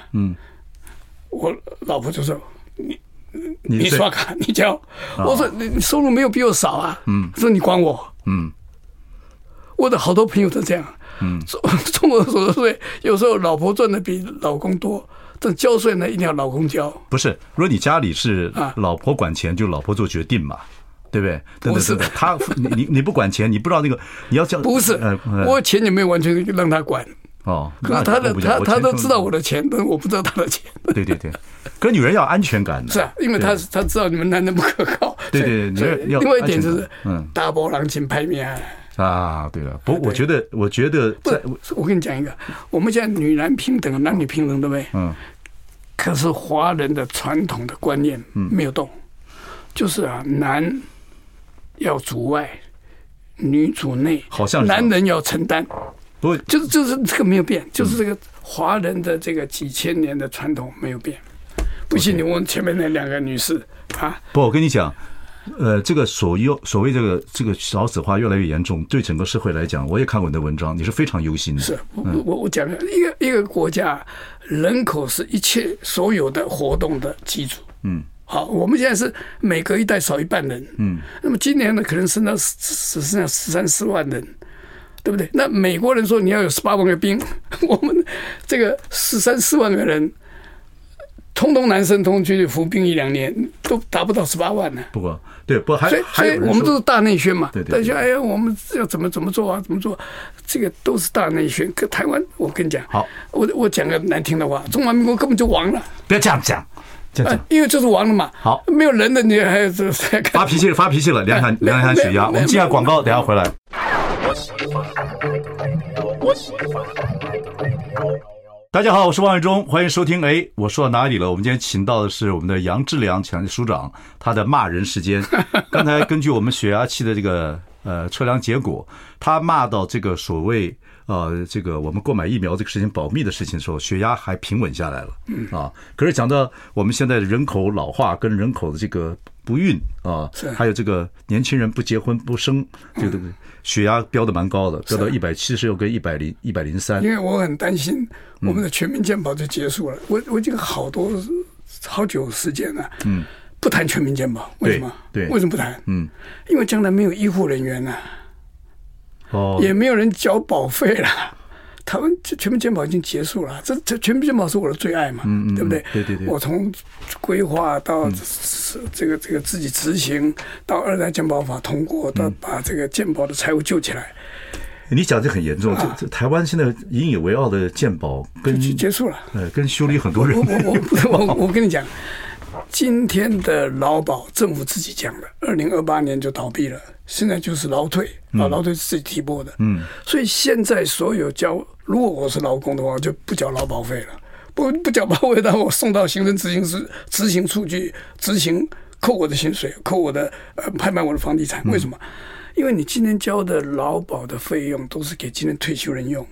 Speaker 3: 我老婆就说
Speaker 2: 你啊
Speaker 3: 你
Speaker 2: 最
Speaker 3: 刷卡你交，我说你你收入没有比我少啊，说你管我，
Speaker 2: 嗯，
Speaker 3: 我的好多朋友都这样，嗯，综综合所得税有时候老婆赚的比老公多，但交税呢一定要老公交，
Speaker 2: 不是？如果你家里是
Speaker 3: 啊
Speaker 2: 老婆管钱，就老婆做决定嘛，对不对？等等
Speaker 3: 不是
Speaker 2: 等等，他你你你不管钱，你不知道那个你要叫
Speaker 3: 不是
Speaker 2: 呃，呃
Speaker 3: 我钱也没有完全让他管，
Speaker 2: 哦，
Speaker 3: 可是
Speaker 2: 那
Speaker 3: 他
Speaker 2: 更
Speaker 3: 的
Speaker 2: 不一样
Speaker 3: 他他都知道，
Speaker 2: 我
Speaker 3: 我的钱，但我不知道他的钱，
Speaker 2: 钱对对对，可是女人要安全感的，
Speaker 3: 是啊，因为他他知道你们男人不可靠，
Speaker 2: 对
Speaker 3: 所以
Speaker 2: 对
Speaker 3: 所以
Speaker 2: 你要要
Speaker 3: 另外一点就是
Speaker 2: 安全感嗯
Speaker 3: 大波浪琴拍面啊。
Speaker 2: 啊，对了，不，我觉得，我觉得
Speaker 3: 不
Speaker 2: 在
Speaker 3: 是，我跟你讲一个，我们现在女男平等，男女平等，对不对？
Speaker 2: 嗯。
Speaker 3: 可是华人的传统的观念
Speaker 2: 嗯
Speaker 3: 没有动，就是啊，男要主外，女主内，
Speaker 2: 好像是
Speaker 3: 男人要承担，
Speaker 2: 不过
Speaker 3: 就是就是这个没有变，就是这个华人的这个几千年的传统没有变。不信你问前面那两个女士啊，
Speaker 2: 不，我跟你讲，呃，这个所用所谓这个这个少子化越来越严重，对整个社会来讲，我也看过你的文章，你是非常忧心的。
Speaker 3: 是我我我我讲了一个一个国家人口是一切所有的活动的基础。嗯，好，我们现在是每隔一代少一半人。嗯，那么今年呢，可能剩到十只剩下十三四万人。对不对？那美国人说你要有十八万个兵， 我们这个十三四万个人，通通男生通通去服兵役两年，都达不到十八万呢、
Speaker 2: 不过，对，不过还
Speaker 3: 所以，
Speaker 2: 哎还
Speaker 3: 所
Speaker 2: 有
Speaker 3: 以
Speaker 2: 人
Speaker 3: 我们
Speaker 2: 说
Speaker 3: 都是大内宣嘛。
Speaker 2: 对对对
Speaker 3: 但是哎呀，我们要怎么怎么做啊？怎么做？这个都是大内宣。可台湾，我跟你讲，
Speaker 2: 好，
Speaker 3: 我我讲个难听的话，中华民国根本就亡了，
Speaker 2: 不要这样讲，这样
Speaker 3: 哎
Speaker 2: 讲，
Speaker 3: 因为就是亡了嘛。
Speaker 2: 好
Speaker 3: 没有人的，你还这 还
Speaker 2: 发
Speaker 3: 干？
Speaker 2: 脾气了，发脾气了，量一下
Speaker 3: 没
Speaker 2: 量一下
Speaker 3: 没
Speaker 2: 血压。我
Speaker 3: 没
Speaker 2: 们进下
Speaker 3: 没
Speaker 2: 广告，等一下回来。大家好，我是王伟忠，欢迎收听。哎，我说到哪里了？我们今天请到的是我们的杨志良强署长，他的骂人时 间。刚才根据我们血压器的这个呃测量结果，他骂到这个所谓呃这个我们购买疫苗这个事情保密的事情的时候，血压还平稳下来了
Speaker 3: 嗯
Speaker 2: 啊。可是讲到我们现在人口老化跟人口的这个不孕啊
Speaker 3: 是，嗯
Speaker 2: 还有这个年轻人不结婚不生，这个血压标的蛮高的，标到一百七十六跟一百零一百零三
Speaker 3: 因。为我很担心
Speaker 2: 嗯
Speaker 3: 我们的全民健保就结束了。我我已经好多好久时间了，嗯，不谈全民健保，为什么？
Speaker 2: 对对
Speaker 3: 为什么不谈？
Speaker 2: 嗯，
Speaker 3: 因为将来没有医护人员了、
Speaker 2: 哦，
Speaker 3: 也没有人交保费了。 台湾这全民健保已经结束了，这这全民健保是我的最爱嘛，对不对？
Speaker 2: 嗯对对对
Speaker 3: 我从规划到这这个这个自己执行，到二代健保法通过，到
Speaker 2: 嗯
Speaker 3: 把这个健保的财务救起来，
Speaker 2: 你讲这很严重，这这台湾现在引以为傲的健保跟
Speaker 3: 啊就结束了。
Speaker 2: 呃跟修理很多人
Speaker 3: 我我我我我跟你讲，今天的劳保政府自己讲的，二零二八年就倒闭了，现在就是劳退啊，劳退是自己提拨的，嗯，所以现在所有交，如果我是劳工的话，我就不缴劳保费了，不不缴保费，让我送到行政执行司执行处去执行，扣我的薪水，扣我的呃拍卖我的房地产，为什么？因为你今天交的劳保的费用都是给今天退休人用，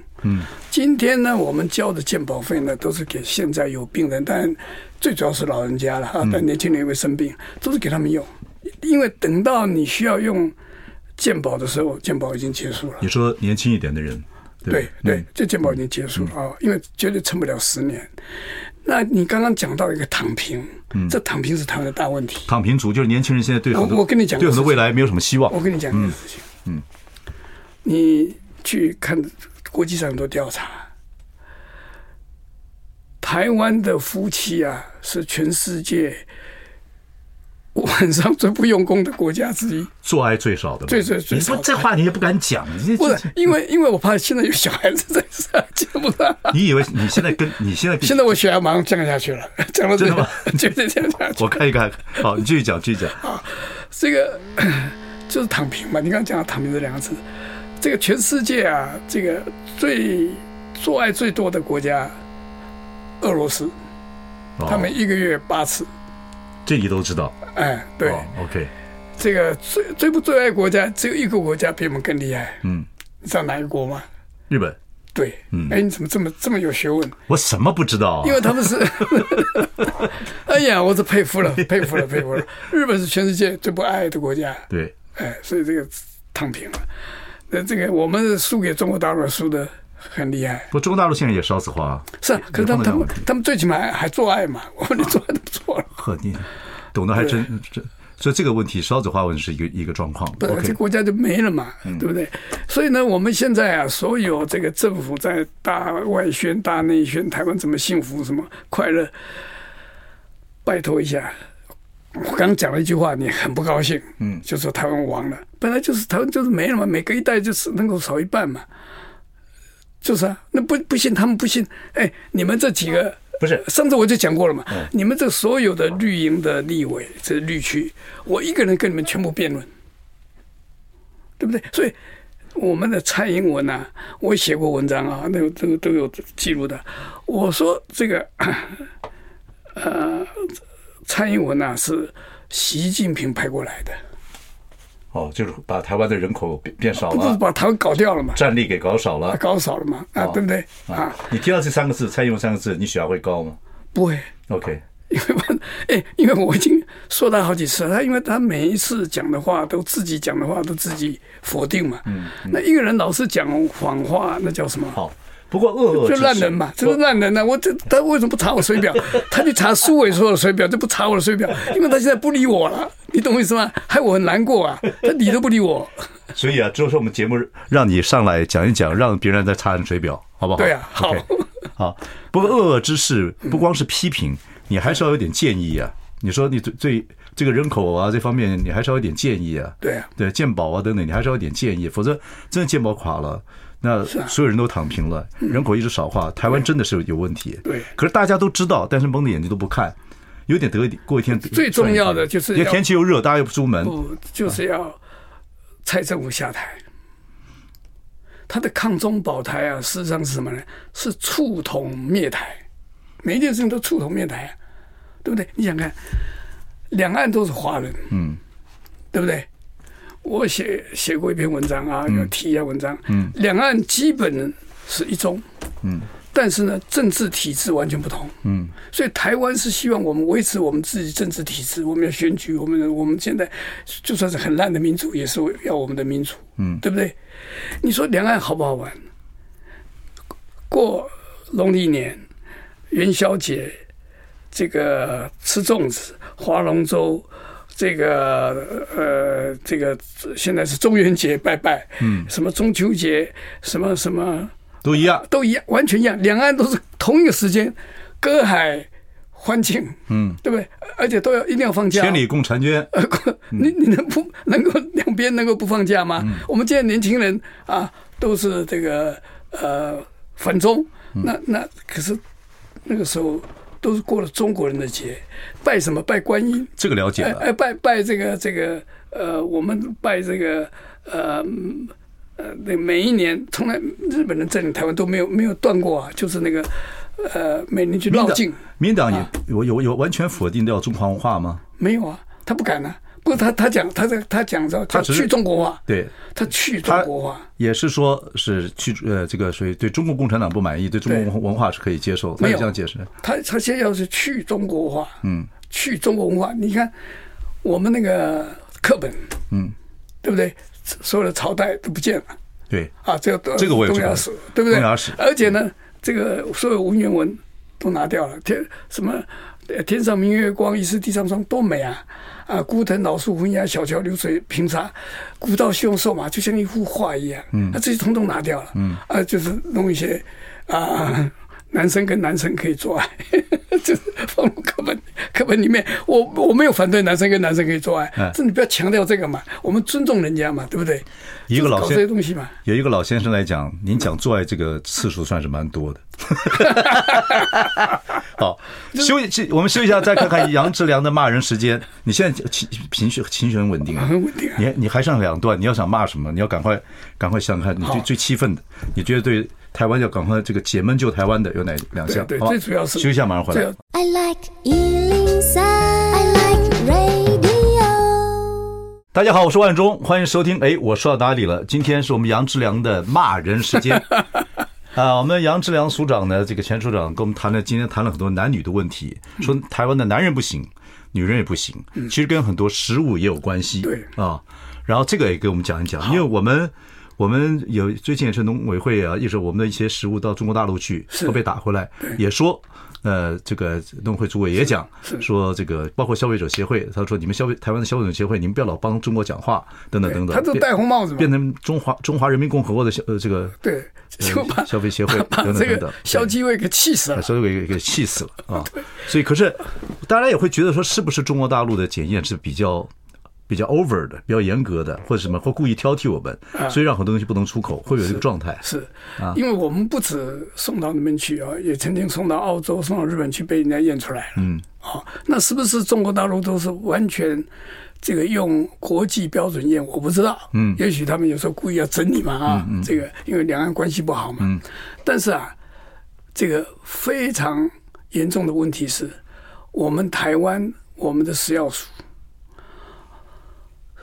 Speaker 3: 今天呢，我们交的健保费呢，都是给现在有病人，当然最主要是老人家了啊，但年轻人也会生病，都是给他们用，因为等到你需要用健保的时候，健保已经结束了。
Speaker 2: 你说年轻一点的人，
Speaker 3: 对对
Speaker 2: 嗯，
Speaker 3: 哦这健保已经结束了啊，因为绝对撑不了十年。那你刚刚讲到一个躺平，这躺平是台湾的大问题。
Speaker 2: 躺平族就是年轻人现在对很多
Speaker 3: 我我跟你讲
Speaker 2: 对很多未来没有什么希望
Speaker 3: 我。跟你讲一件事情，
Speaker 2: 嗯
Speaker 3: 你去看国际上很多调查，台湾的夫妻啊是全世界晚上最不用功的国家之 一。
Speaker 2: 做爱最少的嘛，
Speaker 3: 最最最
Speaker 2: 你
Speaker 3: 少
Speaker 2: 不这话你也不敢讲，你
Speaker 3: 不
Speaker 2: 这
Speaker 3: 是，因为因为我怕现在有小孩子在上节目上。
Speaker 2: 你以为你现在跟 你现在跟
Speaker 3: 现在我血压马上降下去了，降到这
Speaker 2: 真的
Speaker 3: 个
Speaker 2: 吗，
Speaker 3: 绝对降下去
Speaker 2: 我。看一看，好，你继续讲，继 续
Speaker 3: 啊
Speaker 2: 讲，
Speaker 3: 这个 就是躺平嘛，你刚刚讲到躺平这两个字，这个全世界啊，这个最做爱最多的国家，俄罗斯，
Speaker 2: 哦
Speaker 3: 他们一个月八次，
Speaker 2: 这你都知道，
Speaker 3: 哎，对，
Speaker 2: 哦，OK，
Speaker 3: 这个最最不最爱国家只有一个国家比我们更厉害，
Speaker 2: 嗯，
Speaker 3: 你知道哪一国吗？
Speaker 2: 日本，
Speaker 3: 对，
Speaker 2: 嗯哦
Speaker 3: 哎，你怎么这么这么有学问？
Speaker 2: 我什么不知道啊？
Speaker 3: 因为 他们是， 哎呀，我是佩服了，佩服了，佩服了。日本是全世界最不爱的国家，
Speaker 2: 对，
Speaker 3: 哎，所以这个躺平了。那这个我们输给中国大陆输的很厉害，
Speaker 2: 不，中国大陆现在也烧死花啊，
Speaker 3: 是、啊，可是他们
Speaker 2: 也
Speaker 3: 他
Speaker 2: 碰到
Speaker 3: 们
Speaker 2: 这样的问题
Speaker 3: 他们最起码还还做爱嘛，我们连做爱都不做了。
Speaker 2: 呵，你懂得还真真。所以这个问题，烧子花纹是一个一个状况。
Speaker 3: 不，这
Speaker 2: OK，
Speaker 3: 国家就没了嘛，对不对？所以呢，我们现在啊，所有这个政府在大外宣、大内宣，台湾怎么幸福、什么快乐，拜托一下。我刚讲了一句话，你很不高兴，嗯，就说台湾亡了。本来就是台湾就是没了嘛，每隔一代就是人口少一半嘛，就是啊。那不不信他们不信，哎，你们这几个
Speaker 2: 不是
Speaker 3: 上次我就讲过了嘛，你们这所有的绿营的立委，这绿区，我一个人跟你们全部辩论，对不对？所以我们的蔡英文啊，我写过文章啊，那个都都有记录的。我说这个， 呃，蔡英文啊是习近平派过来的，
Speaker 2: 哦，就是把台湾的人口变变少
Speaker 3: 不是
Speaker 2: 了，
Speaker 3: 把台湾搞掉了嘛，
Speaker 2: 战力给搞少了。
Speaker 3: 搞少了嘛，啊，对不对？啊，
Speaker 2: 你听到这三个字“蔡英文”三个字，你血压会高吗
Speaker 3: 不会。
Speaker 2: ？OK，
Speaker 3: 因为我，哎， 因为我已经说他好几次了，他因为他每一次讲的话都自己讲的话都自己否定嘛。嗯，那一个人老是讲谎话，那叫什么？
Speaker 2: 好。不过恶哦恶
Speaker 3: 就
Speaker 2: 之
Speaker 3: 烂
Speaker 2: 事
Speaker 3: 人嘛，这是烂人啊呐、我这他为什么不查我 水表？他去查苏伟说的水表，就不查我的水表，因为他现在不理我了，你懂我意思吗？害我很难过啊，他理都不理我。
Speaker 2: 所以啊，就是我们节目让你上来讲一讲，让别人再擦按水表，好不好？
Speaker 3: 对啊好
Speaker 2: OK，好。不过恶恶之事不光是批评，你还是要有点建议啊。你说你对对这个人口啊这方面，你还是要有点建议啊。
Speaker 3: 对啊
Speaker 2: 对，健保啊等等，你还是要有点建议，否则真的健保垮了。那
Speaker 3: 啊
Speaker 2: 所有人都躺平了，人口一直少化，台湾真的是有问题。
Speaker 3: 嗯对
Speaker 2: 可是大家都知道，但是蒙着眼睛都不看，有点得一过一天得
Speaker 3: 最重要的就是
Speaker 2: 因为
Speaker 3: 要
Speaker 2: 天气又热，大家又不出门，
Speaker 3: 不就是要蔡政府下台？他的抗中保台啊，事实上是什么呢？是触统灭台，每一件事情都触统灭台、啊，对不对？你想看，两岸都是华人，嗯，对不对？我写写过一篇文章啊，要提一下文章，嗯，两岸基本是一中，嗯，但是呢，政治体制完全不同，所以台湾是希望我们维持我们自己政治体制，我们要选举，我们我们现在就算是很烂的民主，也是要我们的民主，嗯，对不对？你说两岸好不好玩？过农历年、元宵节，这个吃粽子、划龙舟，这个呃，这个现在是中元节拜拜，嗯，什么中秋节，什么什么。
Speaker 2: 都一样。
Speaker 3: 都一样，完全一样，两岸都是同一个时间，隔海欢庆，嗯，对不对？而且都要一定要放假。
Speaker 2: 千里共婵娟，
Speaker 3: 呃，你你能不能够两边能够不放假吗？我们现在年轻人啊，都是这个呃反中，那那可是那个时候都是过了中国人的节，拜什么拜观音，
Speaker 2: 这个了解
Speaker 3: 哎
Speaker 2: 了。
Speaker 3: 哎，拜拜这个这个呃，我们拜这个呃嗯呃，那每一年从来日本人占领台湾都没有没有断过啊，就是那个呃，每年去
Speaker 2: 民
Speaker 3: 绕
Speaker 2: 党
Speaker 3: 境，啊
Speaker 2: 民党也有有有完全否定掉中华文化吗？
Speaker 3: 没有啊，他不敢啊。不过他他讲他这他讲着
Speaker 2: 他
Speaker 3: 他
Speaker 2: 只是
Speaker 3: 去中国化，
Speaker 2: 对，
Speaker 3: 他去中
Speaker 2: 他
Speaker 3: 国化，
Speaker 2: 也是说是去呃这个属于对中国共产党不满意，对中国
Speaker 3: 对
Speaker 2: 文化是可以接受，他
Speaker 3: 没
Speaker 2: 也
Speaker 3: 有
Speaker 2: 这样解释。
Speaker 3: 他他现在要是去中国化，嗯，去中国文化，你看我们那个课本，嗯，对不对？所有的朝代都不见了。
Speaker 2: 对，
Speaker 3: 啊，这个
Speaker 2: 这个我也
Speaker 3: 东
Speaker 2: 知道
Speaker 3: 亚史，对不对？
Speaker 2: 东亚史嗯
Speaker 3: 而且呢，这个所有文言文都拿掉了，天什么呃天上明月光，疑是地上霜多美啊！啊，孤藤老树昏鸦，小桥流水平沙，古道西用瘦马，就像一幅画一样。嗯，啊，这些统统拿掉了。嗯，啊，就是弄一些啊。男生跟男生可以做爱， 就是放入课本课本里面。我我没有反对男生跟男生可以做爱，
Speaker 2: 嗯
Speaker 3: 这你不要强调这个嘛，我们尊重人家嘛，对不对？
Speaker 2: 一个
Speaker 3: 就是
Speaker 2: 老
Speaker 3: 搞
Speaker 2: 先
Speaker 3: 这些东西嘛，
Speaker 2: 有一个老先生来讲，您讲做爱这个次数算是蛮多的。 好，休息这，我们休息一下，再看 看杨志良的骂人时间。你现在情情绪情绪很稳定啊，
Speaker 3: 很稳定啊
Speaker 2: 你还你还剩两段，你要想骂什么，你要赶快赶快想想看，你最
Speaker 3: 好
Speaker 2: 最气愤的，你觉得对台湾要赶快这个解闷救台湾的有哪两项？
Speaker 3: 对对
Speaker 2: 好吧
Speaker 3: 最主要是
Speaker 2: 休息一下，马上回
Speaker 3: 这
Speaker 2: 来
Speaker 3: 样。
Speaker 4: I like Ealing Sound. I like radio.
Speaker 2: 大家好，我是万忠，欢迎收听。哎，我说到哪里了？今天是我们杨志良的骂人时间。 啊，我们杨志良署长呢，这个前署长跟我们谈了，今天谈了很多男女的问题，
Speaker 3: 嗯
Speaker 2: 说台湾的男人不行，女人也不行，其实跟很多食物也有关系。
Speaker 3: 对
Speaker 2: 啊，然后这个也给我们讲一讲，因为我们我们有最近也是农委会啊，一直我们的一些食物到中国大陆去
Speaker 3: 是
Speaker 2: 会被打回来，也说。呃，这个农委会主委也讲说，这个包括消费者协会，他说你们消费台湾的消费者协会，你们不要老帮中国讲话，等等等等，
Speaker 3: 他都戴红帽子嘛
Speaker 2: 变变成中华中华人民共和国的消呃这个
Speaker 3: 对，就把
Speaker 2: 消费协会
Speaker 3: 把
Speaker 2: 等等
Speaker 3: 这
Speaker 2: 等
Speaker 3: 个
Speaker 2: 等
Speaker 3: 消基会给气死了。
Speaker 2: 所以给给气死了啊！所以可是大家也会觉得说，是不是中国大陆的检验是比较比较 over 的、比较严格的，或者什么，或故意挑剔我们，所以让很多东西不能出口，会有这个状态。
Speaker 3: 啊是，
Speaker 2: 啊
Speaker 3: 因为我们不止送到那边去啊，也曾经送到澳洲、送到日本去，被人家验出来了。嗯，哦，那是不是中国大陆都是完全这个用国际标准验？我不知道。嗯，也许他们有时候故意要整你们啊，
Speaker 2: 嗯
Speaker 3: 这个因为两岸关系不好嘛。嗯，但是啊，这个非常严重的问题是，我们台湾我们的食药署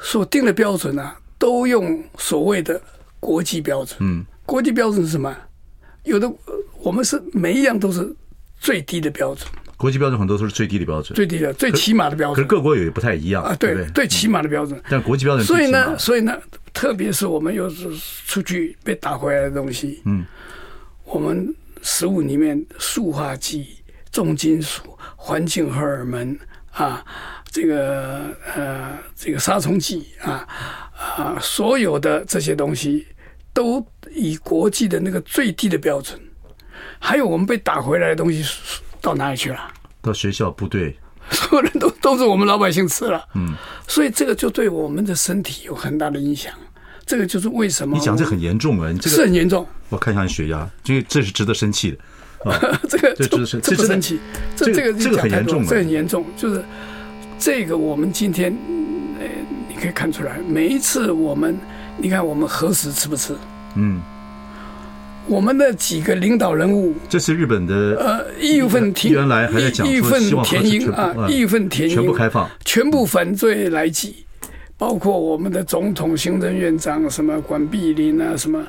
Speaker 3: 所定的标准啊，都用所谓的国际标准。嗯，国际标准是什么？有的呃我们是每一样都是最低的标准，
Speaker 2: 国际标准很多都是最低的标准，
Speaker 3: 最低的、最起码的标
Speaker 2: 可是
Speaker 3: 准
Speaker 2: 各国也不太一样
Speaker 3: 啊，
Speaker 2: 对
Speaker 3: 对
Speaker 2: 不对？
Speaker 3: 最起码的标准。
Speaker 2: 但国际标准是
Speaker 3: 所以
Speaker 2: 最起码
Speaker 3: 呢，
Speaker 2: 的
Speaker 3: 所以呢，特别是我们又是出去被打回来的东西，嗯，我们食物里面塑化剂、重金属、环境荷尔蒙啊，这个呃，这个杀虫剂啊啊，所有的这些东西都以国际的那个最低的标准，还有我们被打回来的东西到哪里去了？
Speaker 2: 到学校、部队，
Speaker 3: 所有人都都是我们老百姓吃了，嗯，所以这个就对我们的身体有很大的影响。这个就是为什么
Speaker 2: 你讲这
Speaker 3: 我
Speaker 2: 很严重啊！你这
Speaker 3: 是
Speaker 2: 个
Speaker 3: 很严重，
Speaker 2: 我看一下你血压，这这是值得生气的。
Speaker 3: 这个
Speaker 2: 这这
Speaker 3: 这
Speaker 2: 是
Speaker 3: 这
Speaker 2: 这
Speaker 3: 不
Speaker 2: 真的
Speaker 3: 生气，这
Speaker 2: 这个
Speaker 3: 个
Speaker 2: 这个
Speaker 3: 讲
Speaker 2: 很
Speaker 3: 太
Speaker 2: 严
Speaker 3: 多
Speaker 2: 重
Speaker 3: 了这
Speaker 2: 了
Speaker 3: 很严重，就是这个我们今天，嗯呃，你可以看出来，每一次我们，你看我们何时吃不吃？
Speaker 2: 嗯，
Speaker 3: 我们的几个领导人物，
Speaker 2: 这是日本的
Speaker 3: 呃，义勇分田，
Speaker 2: 原来还在讲说
Speaker 3: 义义
Speaker 2: 希
Speaker 3: 愤
Speaker 2: 望核
Speaker 3: 填
Speaker 2: 试
Speaker 3: 膺
Speaker 2: 全部
Speaker 3: 啊，
Speaker 2: 嗯
Speaker 3: 义愤填膺，
Speaker 2: 全部开放，
Speaker 3: 全部反对来挤，包括我们的总统、行政院长什么管碧林啊，什么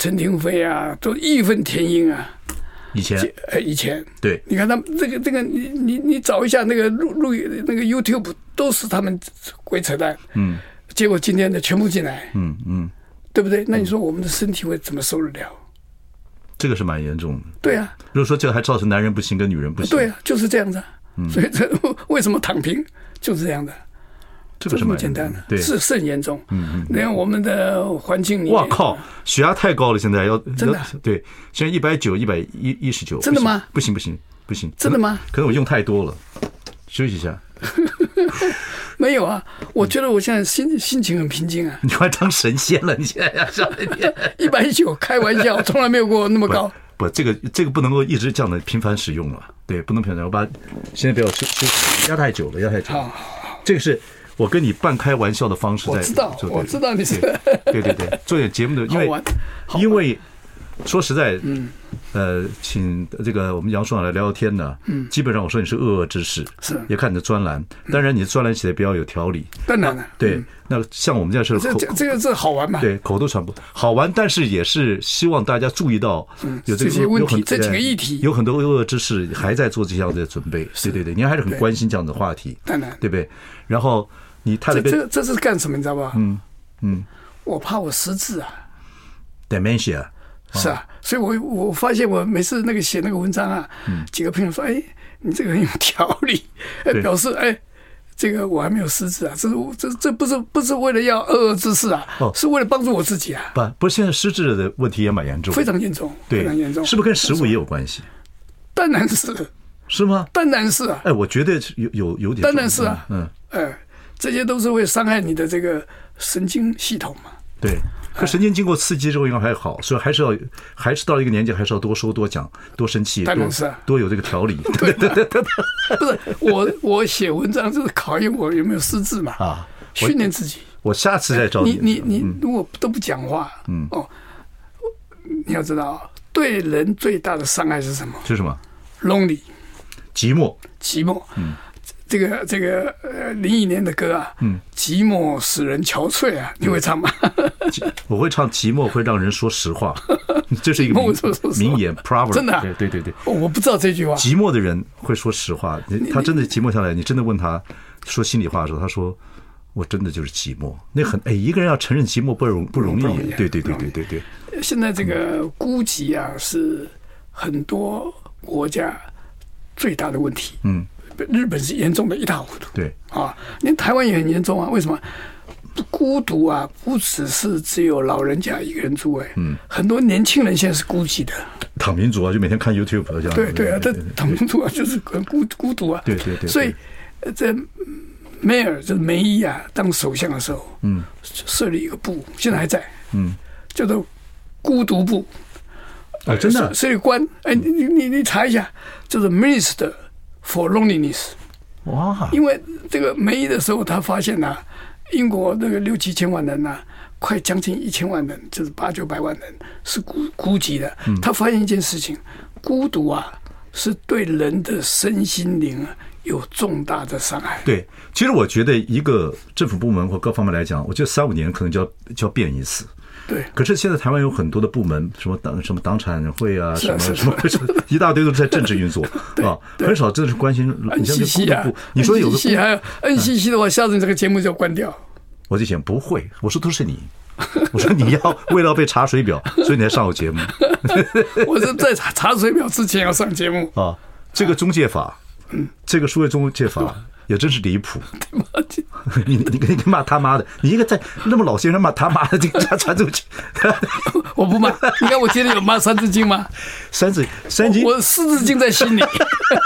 Speaker 3: 陈廷飞啊，都义愤填膺啊。
Speaker 2: 以前
Speaker 3: 呃，以前
Speaker 2: 对
Speaker 3: 你看他们这个这个，你你你找一下那个录录那个 YouTube，都是他们鬼扯淡。嗯。结果今天的全部进来，
Speaker 2: 嗯嗯，
Speaker 3: 对不对？那你说我们的身体会怎么受得了？
Speaker 2: 这个是蛮严重的。
Speaker 3: 对啊，
Speaker 2: 如果说这个还造成男人不行跟女人不行，
Speaker 3: 对啊，就是这样子、啊。
Speaker 2: 嗯
Speaker 3: 所以这为什么躺平就是这样的？
Speaker 2: 这
Speaker 3: 就
Speaker 2: 个
Speaker 3: 这
Speaker 2: 是
Speaker 3: 么
Speaker 2: 蛮
Speaker 3: 简单
Speaker 2: 严
Speaker 3: 的
Speaker 2: 重，对，
Speaker 3: 是是很严重。嗯嗯。你看我们的环境里，
Speaker 2: 哇靠，血压太高了，现在要
Speaker 3: 真的
Speaker 2: 要对，现在一百九、一百一一十九，
Speaker 3: 真的吗
Speaker 2: 不行不行不行，不行
Speaker 3: 真 的吗？
Speaker 2: 可能可能我用太多了，休息一下。
Speaker 3: 没有啊，我觉得我现在心心情很平 静啊，
Speaker 2: 你快当神仙了，你现在要上天。
Speaker 3: 一百九开玩笑，从来没有过那么高
Speaker 2: 不。不，这个这个不能够一直这样的频繁使用了，对，不能频繁。我把现在不要休休息，压太久了，压太久了。
Speaker 3: 好
Speaker 2: 这个是我跟你半开玩笑的方式在
Speaker 3: 我知道
Speaker 2: 做，
Speaker 3: 我知道你是
Speaker 2: 对对对，做点节目的，因
Speaker 3: 好
Speaker 2: 为
Speaker 3: 玩好玩
Speaker 2: 因为说实在，嗯，呃，请这个我们杨爽来聊聊天呢，嗯，基本上我说你是恶恶之士，
Speaker 3: 是嗯
Speaker 2: 也看你的专栏，当然你的专栏写的比较有条理，
Speaker 3: 当然了，
Speaker 2: 对，那像我们这样是
Speaker 3: 这
Speaker 2: 口
Speaker 3: 这这个是好玩嘛？
Speaker 2: 对口头传播好玩，但是也是希望大家注意到有这个
Speaker 3: 嗯这些问题
Speaker 2: 有很
Speaker 3: 这几个议题
Speaker 2: 有很多恶恶之士还在做这样的准备，对对对，您还是很
Speaker 3: 对
Speaker 2: 关心这样的话题，
Speaker 3: 当然
Speaker 2: 对不对？然后你太
Speaker 3: 这
Speaker 2: 太
Speaker 3: 这
Speaker 2: 被
Speaker 3: 这是干什么？你知道吧？嗯嗯，我怕我失智啊，
Speaker 2: dementia。
Speaker 3: 是啊，所以我我发现我每次那个写那个文章啊，几个朋友说：“哎，你这个很有条 理，哎
Speaker 2: 嗯对
Speaker 3: 表示哎。”这个我还没有失职啊，这是我这这不是不是为了要恶恶之事啊，
Speaker 2: 哦
Speaker 3: 是为了帮助我自己啊，
Speaker 2: 不，不是现在失智的问题也蛮严重的，
Speaker 3: 非常严重，
Speaker 2: 对
Speaker 3: 非常严重，
Speaker 2: 是不是跟食物也有关系？
Speaker 3: 当然是，
Speaker 2: 是吗？
Speaker 3: 当然是啊，
Speaker 2: 哎，我觉得是有有有点，
Speaker 3: 当然是啊
Speaker 2: 嗯，
Speaker 3: 哎，这些都是会伤害你的这个神经系统嘛。
Speaker 2: 对。可神经经过刺激之后应该还好，所以还是要，还是到了一个年纪，还是要多说多讲多生气，
Speaker 3: 当然
Speaker 2: 多
Speaker 3: 是啊
Speaker 2: 多有这个条 理。对对对对对
Speaker 3: 不是我， 我写文章就是考验我有没有失智嘛，
Speaker 2: 啊！我
Speaker 3: 训练自己。
Speaker 2: 我下次再找
Speaker 3: 你你
Speaker 2: 你
Speaker 3: 你如果都不讲话，嗯哦，你要知道，对人最大的伤害是什么
Speaker 2: 是什么？
Speaker 3: ？lonely，
Speaker 2: 寂寞
Speaker 3: 寂寞。嗯，这个这个呃，林忆莲的歌啊，嗯，寂寞使人憔悴啊，你会唱吗？
Speaker 2: 寂我会唱寂寞会让人说实话，这是一个
Speaker 3: 寂寞
Speaker 2: 名
Speaker 3: 说实话
Speaker 2: 名言 proverb。
Speaker 3: 真的啊
Speaker 2: 对对对对，
Speaker 3: 哦我不知道这句话。
Speaker 2: 寂寞的人会说实 话，你他真的寂寞下来，你真的问他说心里话的时候，他说我真的就是寂 寞。那很哎，一个人要承认寂寞不容不容易
Speaker 3: 不容易，啊
Speaker 2: 对对对
Speaker 3: 不容
Speaker 2: 对
Speaker 3: 易
Speaker 2: 对对，
Speaker 3: 现在这个孤寂啊，是很多国家最大的问题。
Speaker 2: 嗯，
Speaker 3: 日本是严重的一塌糊涂。
Speaker 2: 对
Speaker 3: 啊，连台湾也很严重啊。为什么？孤独啊，不只是只有老人家一个人住、哎，嗯，很多年轻人现在是孤寂的。
Speaker 2: 躺民族啊，就每天看 YouTube 这样子。
Speaker 3: 对对啊，这
Speaker 2: 对对
Speaker 3: 躺平族啊，就是很孤孤独啊。
Speaker 2: 对对对对
Speaker 3: 所以，呃这梅尔就是梅伊啊，当首相的时候，嗯，设立一个部，现在还在，嗯，叫做孤独部。
Speaker 2: 哦，真的啊
Speaker 3: 所所以官，哎，你你你你查一下，就是 Minister for Loneliness，
Speaker 2: 哇，
Speaker 3: 因为这个梅伊的时候，他发现呐、英国那个六七千万人呐、快将近一千万人，就是八九百万人是孤孤寂的。
Speaker 2: 嗯
Speaker 3: 他发现一件事情，孤独啊，是对人的身心灵啊有重大的伤害。
Speaker 2: 对，其实我觉得一个政府部门或各方面来讲，我觉得三五年可能就要就要变一次。
Speaker 3: 对，
Speaker 2: 可是现在台湾有很多的部门，什么党什么党产会啊，
Speaker 3: 是
Speaker 2: 什
Speaker 3: 啊
Speaker 2: 么
Speaker 3: 是啊
Speaker 2: 什么什么一大堆都是在政治 运作啊，很少真的是关心。你像这孤
Speaker 3: NCC
Speaker 2: 独嗯
Speaker 3: 啊
Speaker 2: 部，你说有个孤
Speaker 3: ，NCC 还有 NCC 的话，下次你这个节目就要 关掉。
Speaker 2: 我就想不会，我说都是你， 我说你要为了要被查水 表，所以你才上我节目
Speaker 3: 我是在查查水表之前要上节目。
Speaker 2: 啊。这个中介法，这个数位中介 法也真是离谱。 你你你你骂他妈的，你一个在那么老先生骂他妈的，这个传传出去，
Speaker 3: 我不骂，你看我今天有骂《三字经》吗？
Speaker 2: 三子三斤，
Speaker 3: 我《四字经》在心里，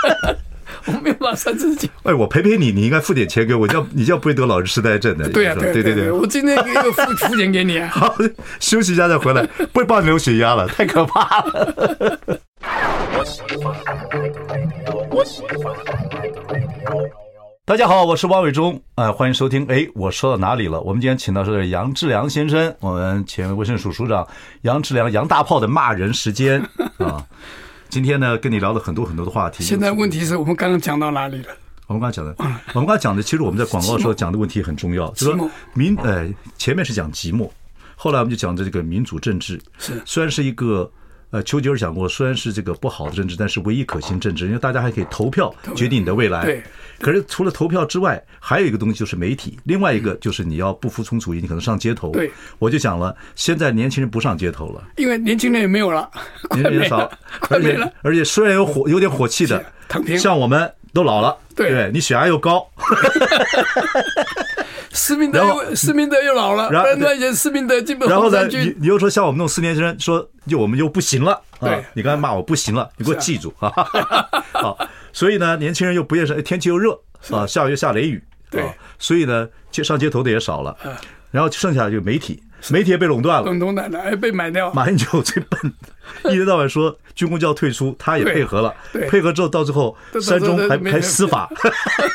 Speaker 3: 我没有骂《三字经》。
Speaker 2: 哎，我陪陪你，你应该付点钱给我，叫你叫不会得老人痴呆症的。
Speaker 3: 对呀、
Speaker 2: 你
Speaker 3: 对、
Speaker 2: 说对
Speaker 3: 啊、对、啊、
Speaker 2: 对
Speaker 3: 啊。我今天给个付 付钱给你啊。
Speaker 2: 好，休息一下再回来，不会帮你流血压了，太可怕了。 大家好，我是王伟忠，啊、欢迎收听。哎，我说到哪里了？我们今天请到是杨志良先生，我们前卫生署署长杨志良，杨大炮的骂人时间啊。今天呢，跟你聊了很多很多的话题。
Speaker 3: 现在问题是我们刚刚讲到哪里了？
Speaker 2: 我们刚才 讲的，我们刚才讲的，其实我们在广告的时候讲的问题很重要，就是
Speaker 3: 寂
Speaker 2: 说
Speaker 3: 寞
Speaker 2: 民呃，前面是讲寂寞，后来我们就讲的这个民主政治，
Speaker 3: 是
Speaker 2: 虽然是一个呃，丘吉尔讲过，虽然是这个不好的政治，但是唯一可行政治，因为大家还可以投票决定你的未来。
Speaker 3: 对。
Speaker 2: 可是除了投票之外，还有一个东西就是媒体，另外一个就是你要不服从主义，你可能上街头。
Speaker 3: 嗯对，
Speaker 2: 我就讲了，现在年轻人不上街头了，
Speaker 3: 因为年轻人也没有了，
Speaker 2: 年 轻
Speaker 3: 快没
Speaker 2: 人少
Speaker 3: 了，， 快
Speaker 2: 而
Speaker 3: 没
Speaker 2: 且
Speaker 3: 了。
Speaker 2: 而且虽然有火有点火气的
Speaker 3: 是，躺平
Speaker 2: 像我们都老了，
Speaker 3: 对
Speaker 2: 你血压又高，
Speaker 3: 施明
Speaker 2: 然后
Speaker 3: 德，施明德又老了，
Speaker 2: 然后
Speaker 3: 然那以前施明德基 本
Speaker 2: 然后
Speaker 3: 红
Speaker 2: 呢，
Speaker 3: 衫
Speaker 2: 你
Speaker 3: 军，
Speaker 2: 你又说像我们那种四年级生，说就我们又不行了啊
Speaker 3: 对！
Speaker 2: 你刚才骂我不行了，你给我
Speaker 3: 是啊
Speaker 2: 记住啊！好，所以呢，年轻人又不愿意上，哎天气又热啊，下雨又下雷雨，
Speaker 3: 对嗯
Speaker 2: 啊，所以呢，街上街头的也少了，然后剩下就媒体，媒体也被垄断了。
Speaker 3: 东东奶奶哎被买掉，
Speaker 2: 马英九最笨，一天到晚说军工就要退出，他也
Speaker 3: 对
Speaker 2: 配合了
Speaker 3: 对，
Speaker 2: 配合之后到最后
Speaker 3: 到
Speaker 2: 山中
Speaker 3: 到
Speaker 2: 还
Speaker 3: 没
Speaker 2: 还
Speaker 3: 没
Speaker 2: 司 法。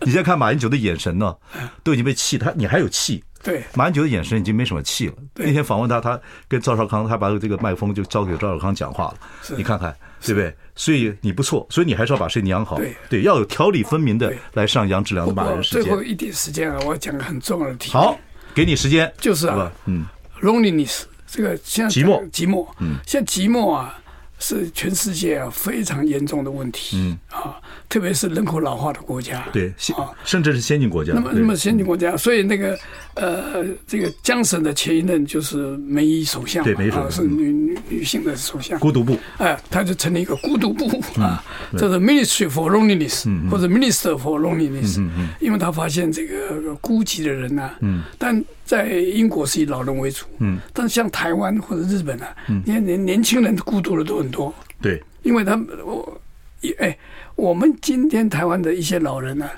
Speaker 2: 你现在看马英九的眼神呢，
Speaker 3: 嗯
Speaker 2: 都已经被气，他你还有气，
Speaker 3: 对
Speaker 2: 马英九的眼神已经没什么气了。
Speaker 3: 对
Speaker 2: 那天访问他，他跟赵少康，他把这个麦克风就交给赵少康讲话了。你看看，对不对？所以你不错，所以你还是要把身体养好。
Speaker 3: 对
Speaker 2: 要有条理分明的
Speaker 3: 对
Speaker 2: 来上杨志良
Speaker 3: 不
Speaker 2: 的骂
Speaker 3: 过
Speaker 2: 人时
Speaker 3: 最
Speaker 2: 间
Speaker 3: 后。一点时间啊，我要讲个很重要的题。
Speaker 2: 好，给你时间，
Speaker 3: 就是
Speaker 2: 好
Speaker 3: 啊
Speaker 2: 吧，嗯，
Speaker 3: ，loneliness 这个现在
Speaker 2: 寂寞
Speaker 3: 寂寞，嗯，现在寂寞啊是全世界啊非常严重的问题，嗯啊，特别是人口老化的国家，
Speaker 2: 对，先
Speaker 3: 啊，
Speaker 2: 甚至是先进国家。
Speaker 3: 那么
Speaker 2: 对
Speaker 3: 那么先进国家，所以那个呃，这个江省的前一任就是梅伊首相嘛，
Speaker 2: 对梅伊首相嗯
Speaker 3: 啊是女女女性的首相，
Speaker 2: 孤独嗯部，
Speaker 3: 哎、他就成立一个孤独部啊，叫做 Ministry for Loneliness、或者
Speaker 2: 嗯
Speaker 3: Minister for Loneliness，、因为他发现这个孤寂的人呐、嗯，但在英国是以老人为主，嗯，但像台湾或者日本啊，
Speaker 2: 嗯
Speaker 3: 你看年年轻人孤独的都很多，
Speaker 2: 对，
Speaker 3: 因为他们我，也哎，我们今天台湾的一些老人呢、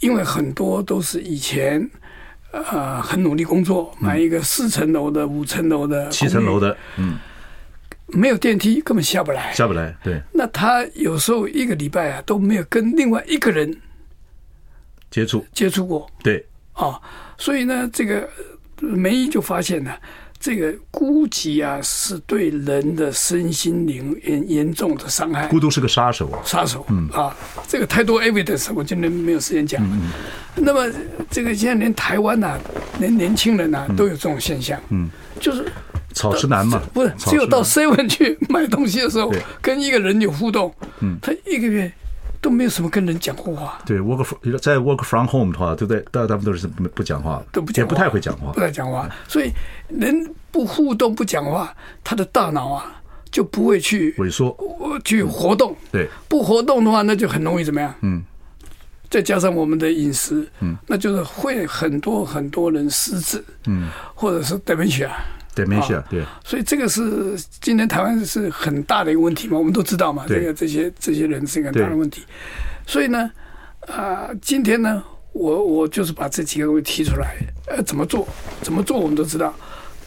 Speaker 3: 因为很多都是以前。呃，很努力工作，买一个四层楼的、五层楼的、
Speaker 2: 七层楼，的，嗯，
Speaker 3: 没有电梯，根本下不来。
Speaker 2: 下不来，对，
Speaker 3: 那他有时候一个礼拜啊都没有跟另外一个人
Speaker 2: 接触，
Speaker 3: 接触过
Speaker 2: 对，
Speaker 3: 啊，所以呢，这个呃梅姨就发现呢、这个孤寂啊是对人的身心灵严严重的伤害。
Speaker 2: 孤独是个杀手啊，
Speaker 3: 杀手、啊，这个太多 evidence，我今天没有时间讲。
Speaker 2: 嗯
Speaker 3: 那么这个现在连台湾呐、啊连年轻人呐、啊都有这种现象，嗯，就是
Speaker 2: 草食男嘛，
Speaker 3: 不是
Speaker 2: 草
Speaker 3: 只有
Speaker 2: 食
Speaker 3: 到
Speaker 2: 男
Speaker 3: seven 去买东西的时候
Speaker 2: 对，
Speaker 3: 跟一个人有互动，嗯，他一个月都没有什么跟人讲过话，
Speaker 2: 对 work from, 在 work from home 的话，对不对？大大部分都是不不讲话，
Speaker 3: 都不讲
Speaker 2: 也
Speaker 3: 话，
Speaker 2: 不太会讲话
Speaker 3: 不，太讲话。
Speaker 2: 嗯
Speaker 3: 所以人不互动、不讲话，他的大脑啊就不会去
Speaker 2: 萎缩，
Speaker 3: 呃去活动。
Speaker 2: 对，
Speaker 3: 不活动的话，那就很容易怎么样？嗯。再加上我们的饮食，嗯，那就是会很多很多人失智，嗯，或者是 dementia。
Speaker 2: 对，没事
Speaker 3: 啊，
Speaker 2: 对，
Speaker 3: 所以这个是今天台湾是很大的一个问题嘛，我们都知道嘛，
Speaker 2: 对
Speaker 3: 这个这些这些人是一个很大的
Speaker 2: 对
Speaker 3: 问题。所以呢，啊、今天呢，我我就是把这几个东西提出来，呃，怎么做，怎么做我们都知道。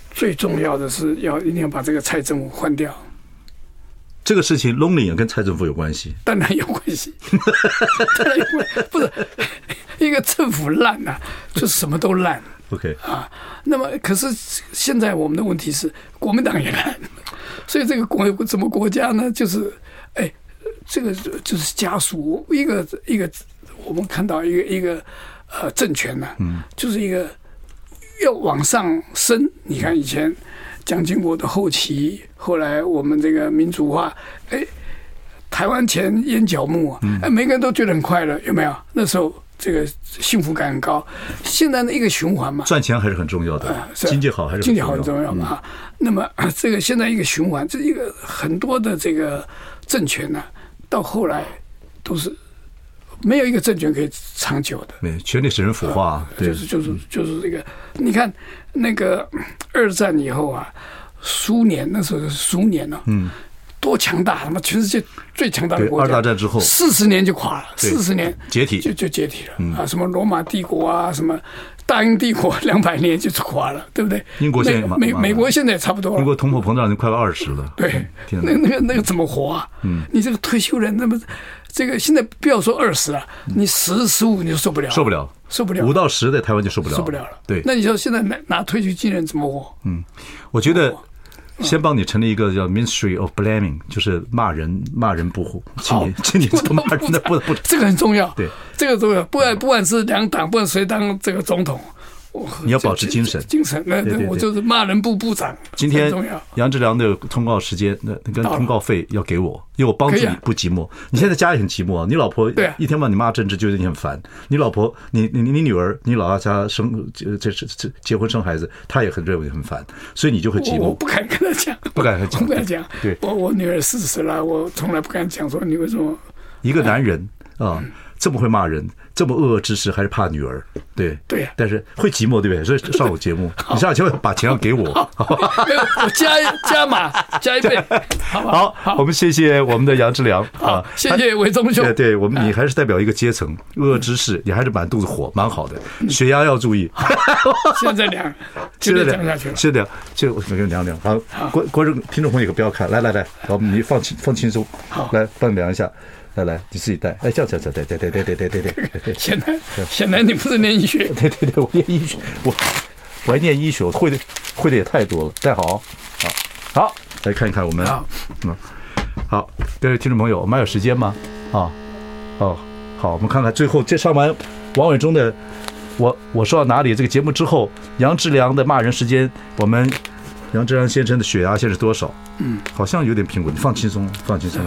Speaker 3: 最重要的是要一定要把这个蔡政府换掉，
Speaker 2: 这个事情 lonely 也跟蔡政府有关系，
Speaker 3: 当然有关系， 当然有关不是 一个政府烂呐、就什么都烂
Speaker 2: OK，
Speaker 3: 啊。那么，可是现在我们的问题是，国民党也烂， 所以这个国怎么国家呢？就是，哎，这个就是家属一个一个，我们看到一个一个呃政权呢、嗯，就是一个要往上升。你看以前蒋经国的后期，后来我们这个民主化，哎，台湾前烟角木啊，哎，每个人都觉得很快乐，有没有？那时候这个幸福感很高。现在的一个循环嘛，
Speaker 2: 赚钱还是很重要的
Speaker 3: 啊，是
Speaker 2: 经济好还是
Speaker 3: 经济好很
Speaker 2: 很嗯
Speaker 3: 重要嘛。啊那么啊这个现在一个循环，这一个很多的这个政权呢、到后来都是没有一个政权可以长久的。
Speaker 2: 没，权力使人腐化啊，对
Speaker 3: 就，是就是就是这个，你看那个二战以后啊，苏联那时候是苏联呢、嗯，多强大，他妈全世界最强大的
Speaker 2: 对
Speaker 3: 国家。
Speaker 2: 二大战之后
Speaker 3: 四十年就垮了，
Speaker 2: 对
Speaker 3: 四十年
Speaker 2: 解体嗯
Speaker 3: 就就解体了、啊！什么罗马帝国啊，什么大英帝国两百年就垮了，对不对？
Speaker 2: 英国现在也蛮
Speaker 3: 美美
Speaker 2: 蛮
Speaker 3: 美国现在也差不多
Speaker 2: 英
Speaker 3: 了。
Speaker 2: 国通货膨胀已经快要二十了，
Speaker 3: 对，
Speaker 2: 天
Speaker 3: 那
Speaker 2: 哪，
Speaker 3: 那个那个怎么活啊？嗯，你这个退休人，那么这个现在不要说二十啊，你十十五你就受不了，
Speaker 2: 嗯受不了，
Speaker 3: 受不了
Speaker 2: 五到十在台湾就受不了，
Speaker 3: 受不了了。
Speaker 2: 对，
Speaker 3: 那你说现在拿拿退休金人怎么活？ 嗯，
Speaker 2: 我觉得先帮你成立一个叫 Ministry of Blaming，就是骂人骂人不护，请你请 你 骂人的不不不，
Speaker 3: 这个很重要。
Speaker 2: 对，嗯
Speaker 3: 这个重要。不管不管是两党，不管谁当这个总统，我
Speaker 2: 你要保持精神
Speaker 3: 精神。那
Speaker 2: 对对
Speaker 3: 那
Speaker 2: 对
Speaker 3: 我就是骂人部部长，
Speaker 2: 今
Speaker 3: 很
Speaker 2: 天
Speaker 3: 重要。
Speaker 2: 杨志良的通告时间，那那个
Speaker 3: 到了
Speaker 2: 通告费要给我，因为我帮自己
Speaker 3: 可以啊
Speaker 2: 不寂寞。你现在家里很寂寞啊，你老婆
Speaker 3: 对啊
Speaker 2: 一天到晚你骂政治，觉得你很烦。你老婆，你你你你女儿，你老大家生这这这这结婚生孩子，她也很认为很烦，所以你就会寂
Speaker 3: 我我
Speaker 2: 寞。
Speaker 3: 不敢跟他 讲，
Speaker 2: 不敢跟他讲
Speaker 3: 我不敢讲。
Speaker 2: 对
Speaker 3: 我我女儿四十了，我从来不敢讲说你为什么。
Speaker 2: 一个男人啊，
Speaker 3: 嗯
Speaker 2: 这么会骂人，这么恶恶之事，还是怕女儿，对
Speaker 3: 对啊
Speaker 2: 但是会寂寞，对不对？所以上我节目，你下千万把钱要给我，好吧？
Speaker 3: 没有，我加 加码加 一倍，好不
Speaker 2: 好，我们谢谢我们的杨志良啊
Speaker 3: 好，，谢谢伟 忠兄
Speaker 2: 哎对。对，我
Speaker 3: 哎
Speaker 2: 们你还是代表一个阶层，恶
Speaker 3: 嗯
Speaker 2: 恶之士，你还是满肚子火，蛮好的，血压要注意。
Speaker 3: 现在两，
Speaker 2: 是
Speaker 3: 就
Speaker 2: 的，
Speaker 3: 别讲下去了。
Speaker 2: 是的，就我跟你聊聊。好，观观众听众朋友可不要看，来来来，我们你放轻放轻松，
Speaker 3: 好
Speaker 2: 来帮你量一下，来来，你自己带，哎，这样这样这样，对对对对对对对对对。
Speaker 3: 显然，显然你不是念医学，
Speaker 2: 对对对，我念医学，我我还念医学，我会的会的也太多了。戴好，好，好，来看一看我们，
Speaker 3: 好
Speaker 2: 嗯，好，各位听众朋友，我们还有时间吗？啊，哦，好，我们看看最后这上完王伟忠的，我我说到哪里这个节目之后，杨志良的骂人时间，我们杨志良先生的血压现在是多少？嗯，好像有点苹果，你放轻松，放轻松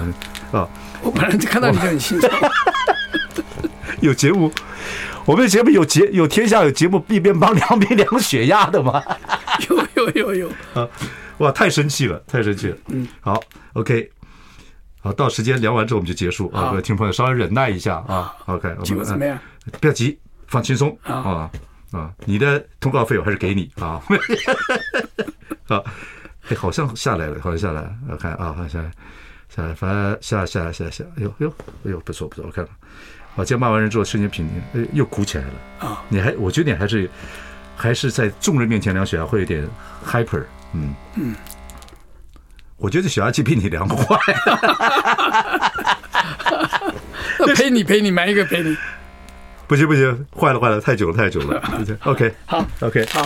Speaker 2: 啊。
Speaker 3: 我本来就看到你就很兴奋。
Speaker 2: 有节目，我们的节目有节有天下有节目一边帮两边量血压的吗？
Speaker 3: 有有有有，
Speaker 2: 哇，太生气了，太生气了。嗯，好，OK，好，到时间聊完之后我们就结束啊，
Speaker 3: 好
Speaker 2: 各位听众朋友稍微忍耐一下啊。OK，我
Speaker 3: 结果
Speaker 2: 们
Speaker 3: 怎么样？
Speaker 2: 嗯不要急，放轻松啊啊！你的通告费我还是给你啊。啊，哎，好像下来了，好像下来了，我看啊，好像下来，下来，反正下下下下，哎呦哎呦哎呦，不错不错，我看了。啊，今天骂完人之后，瞬间平静，哎，又鼓起来了
Speaker 3: 啊！
Speaker 2: 你还，我觉得你还是还是在众人面前量血压会有点 hyper，嗯嗯。我觉得血压计比你量快，
Speaker 3: 那陪你陪你买一个陪你，
Speaker 2: 不行不行，坏了坏了，太久了太久了。OK
Speaker 3: 好
Speaker 2: OK，
Speaker 3: 好，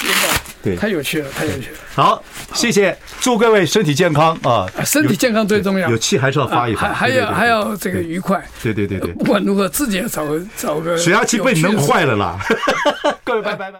Speaker 3: 真的
Speaker 2: 对
Speaker 3: 太有趣了，太有趣了，
Speaker 2: 好，谢谢，祝各位身体健康啊！
Speaker 3: 啊身体健康最重要，
Speaker 2: 有气还是要发一发，
Speaker 3: 还还
Speaker 2: 对对
Speaker 3: 要
Speaker 2: 对
Speaker 3: 还要这个愉快。
Speaker 2: 对对对对，
Speaker 3: 不管如何，自己要找个找个
Speaker 2: 血压计被你
Speaker 3: 有趣
Speaker 2: 弄
Speaker 3: 的
Speaker 2: 坏了啦！各位拜拜拜。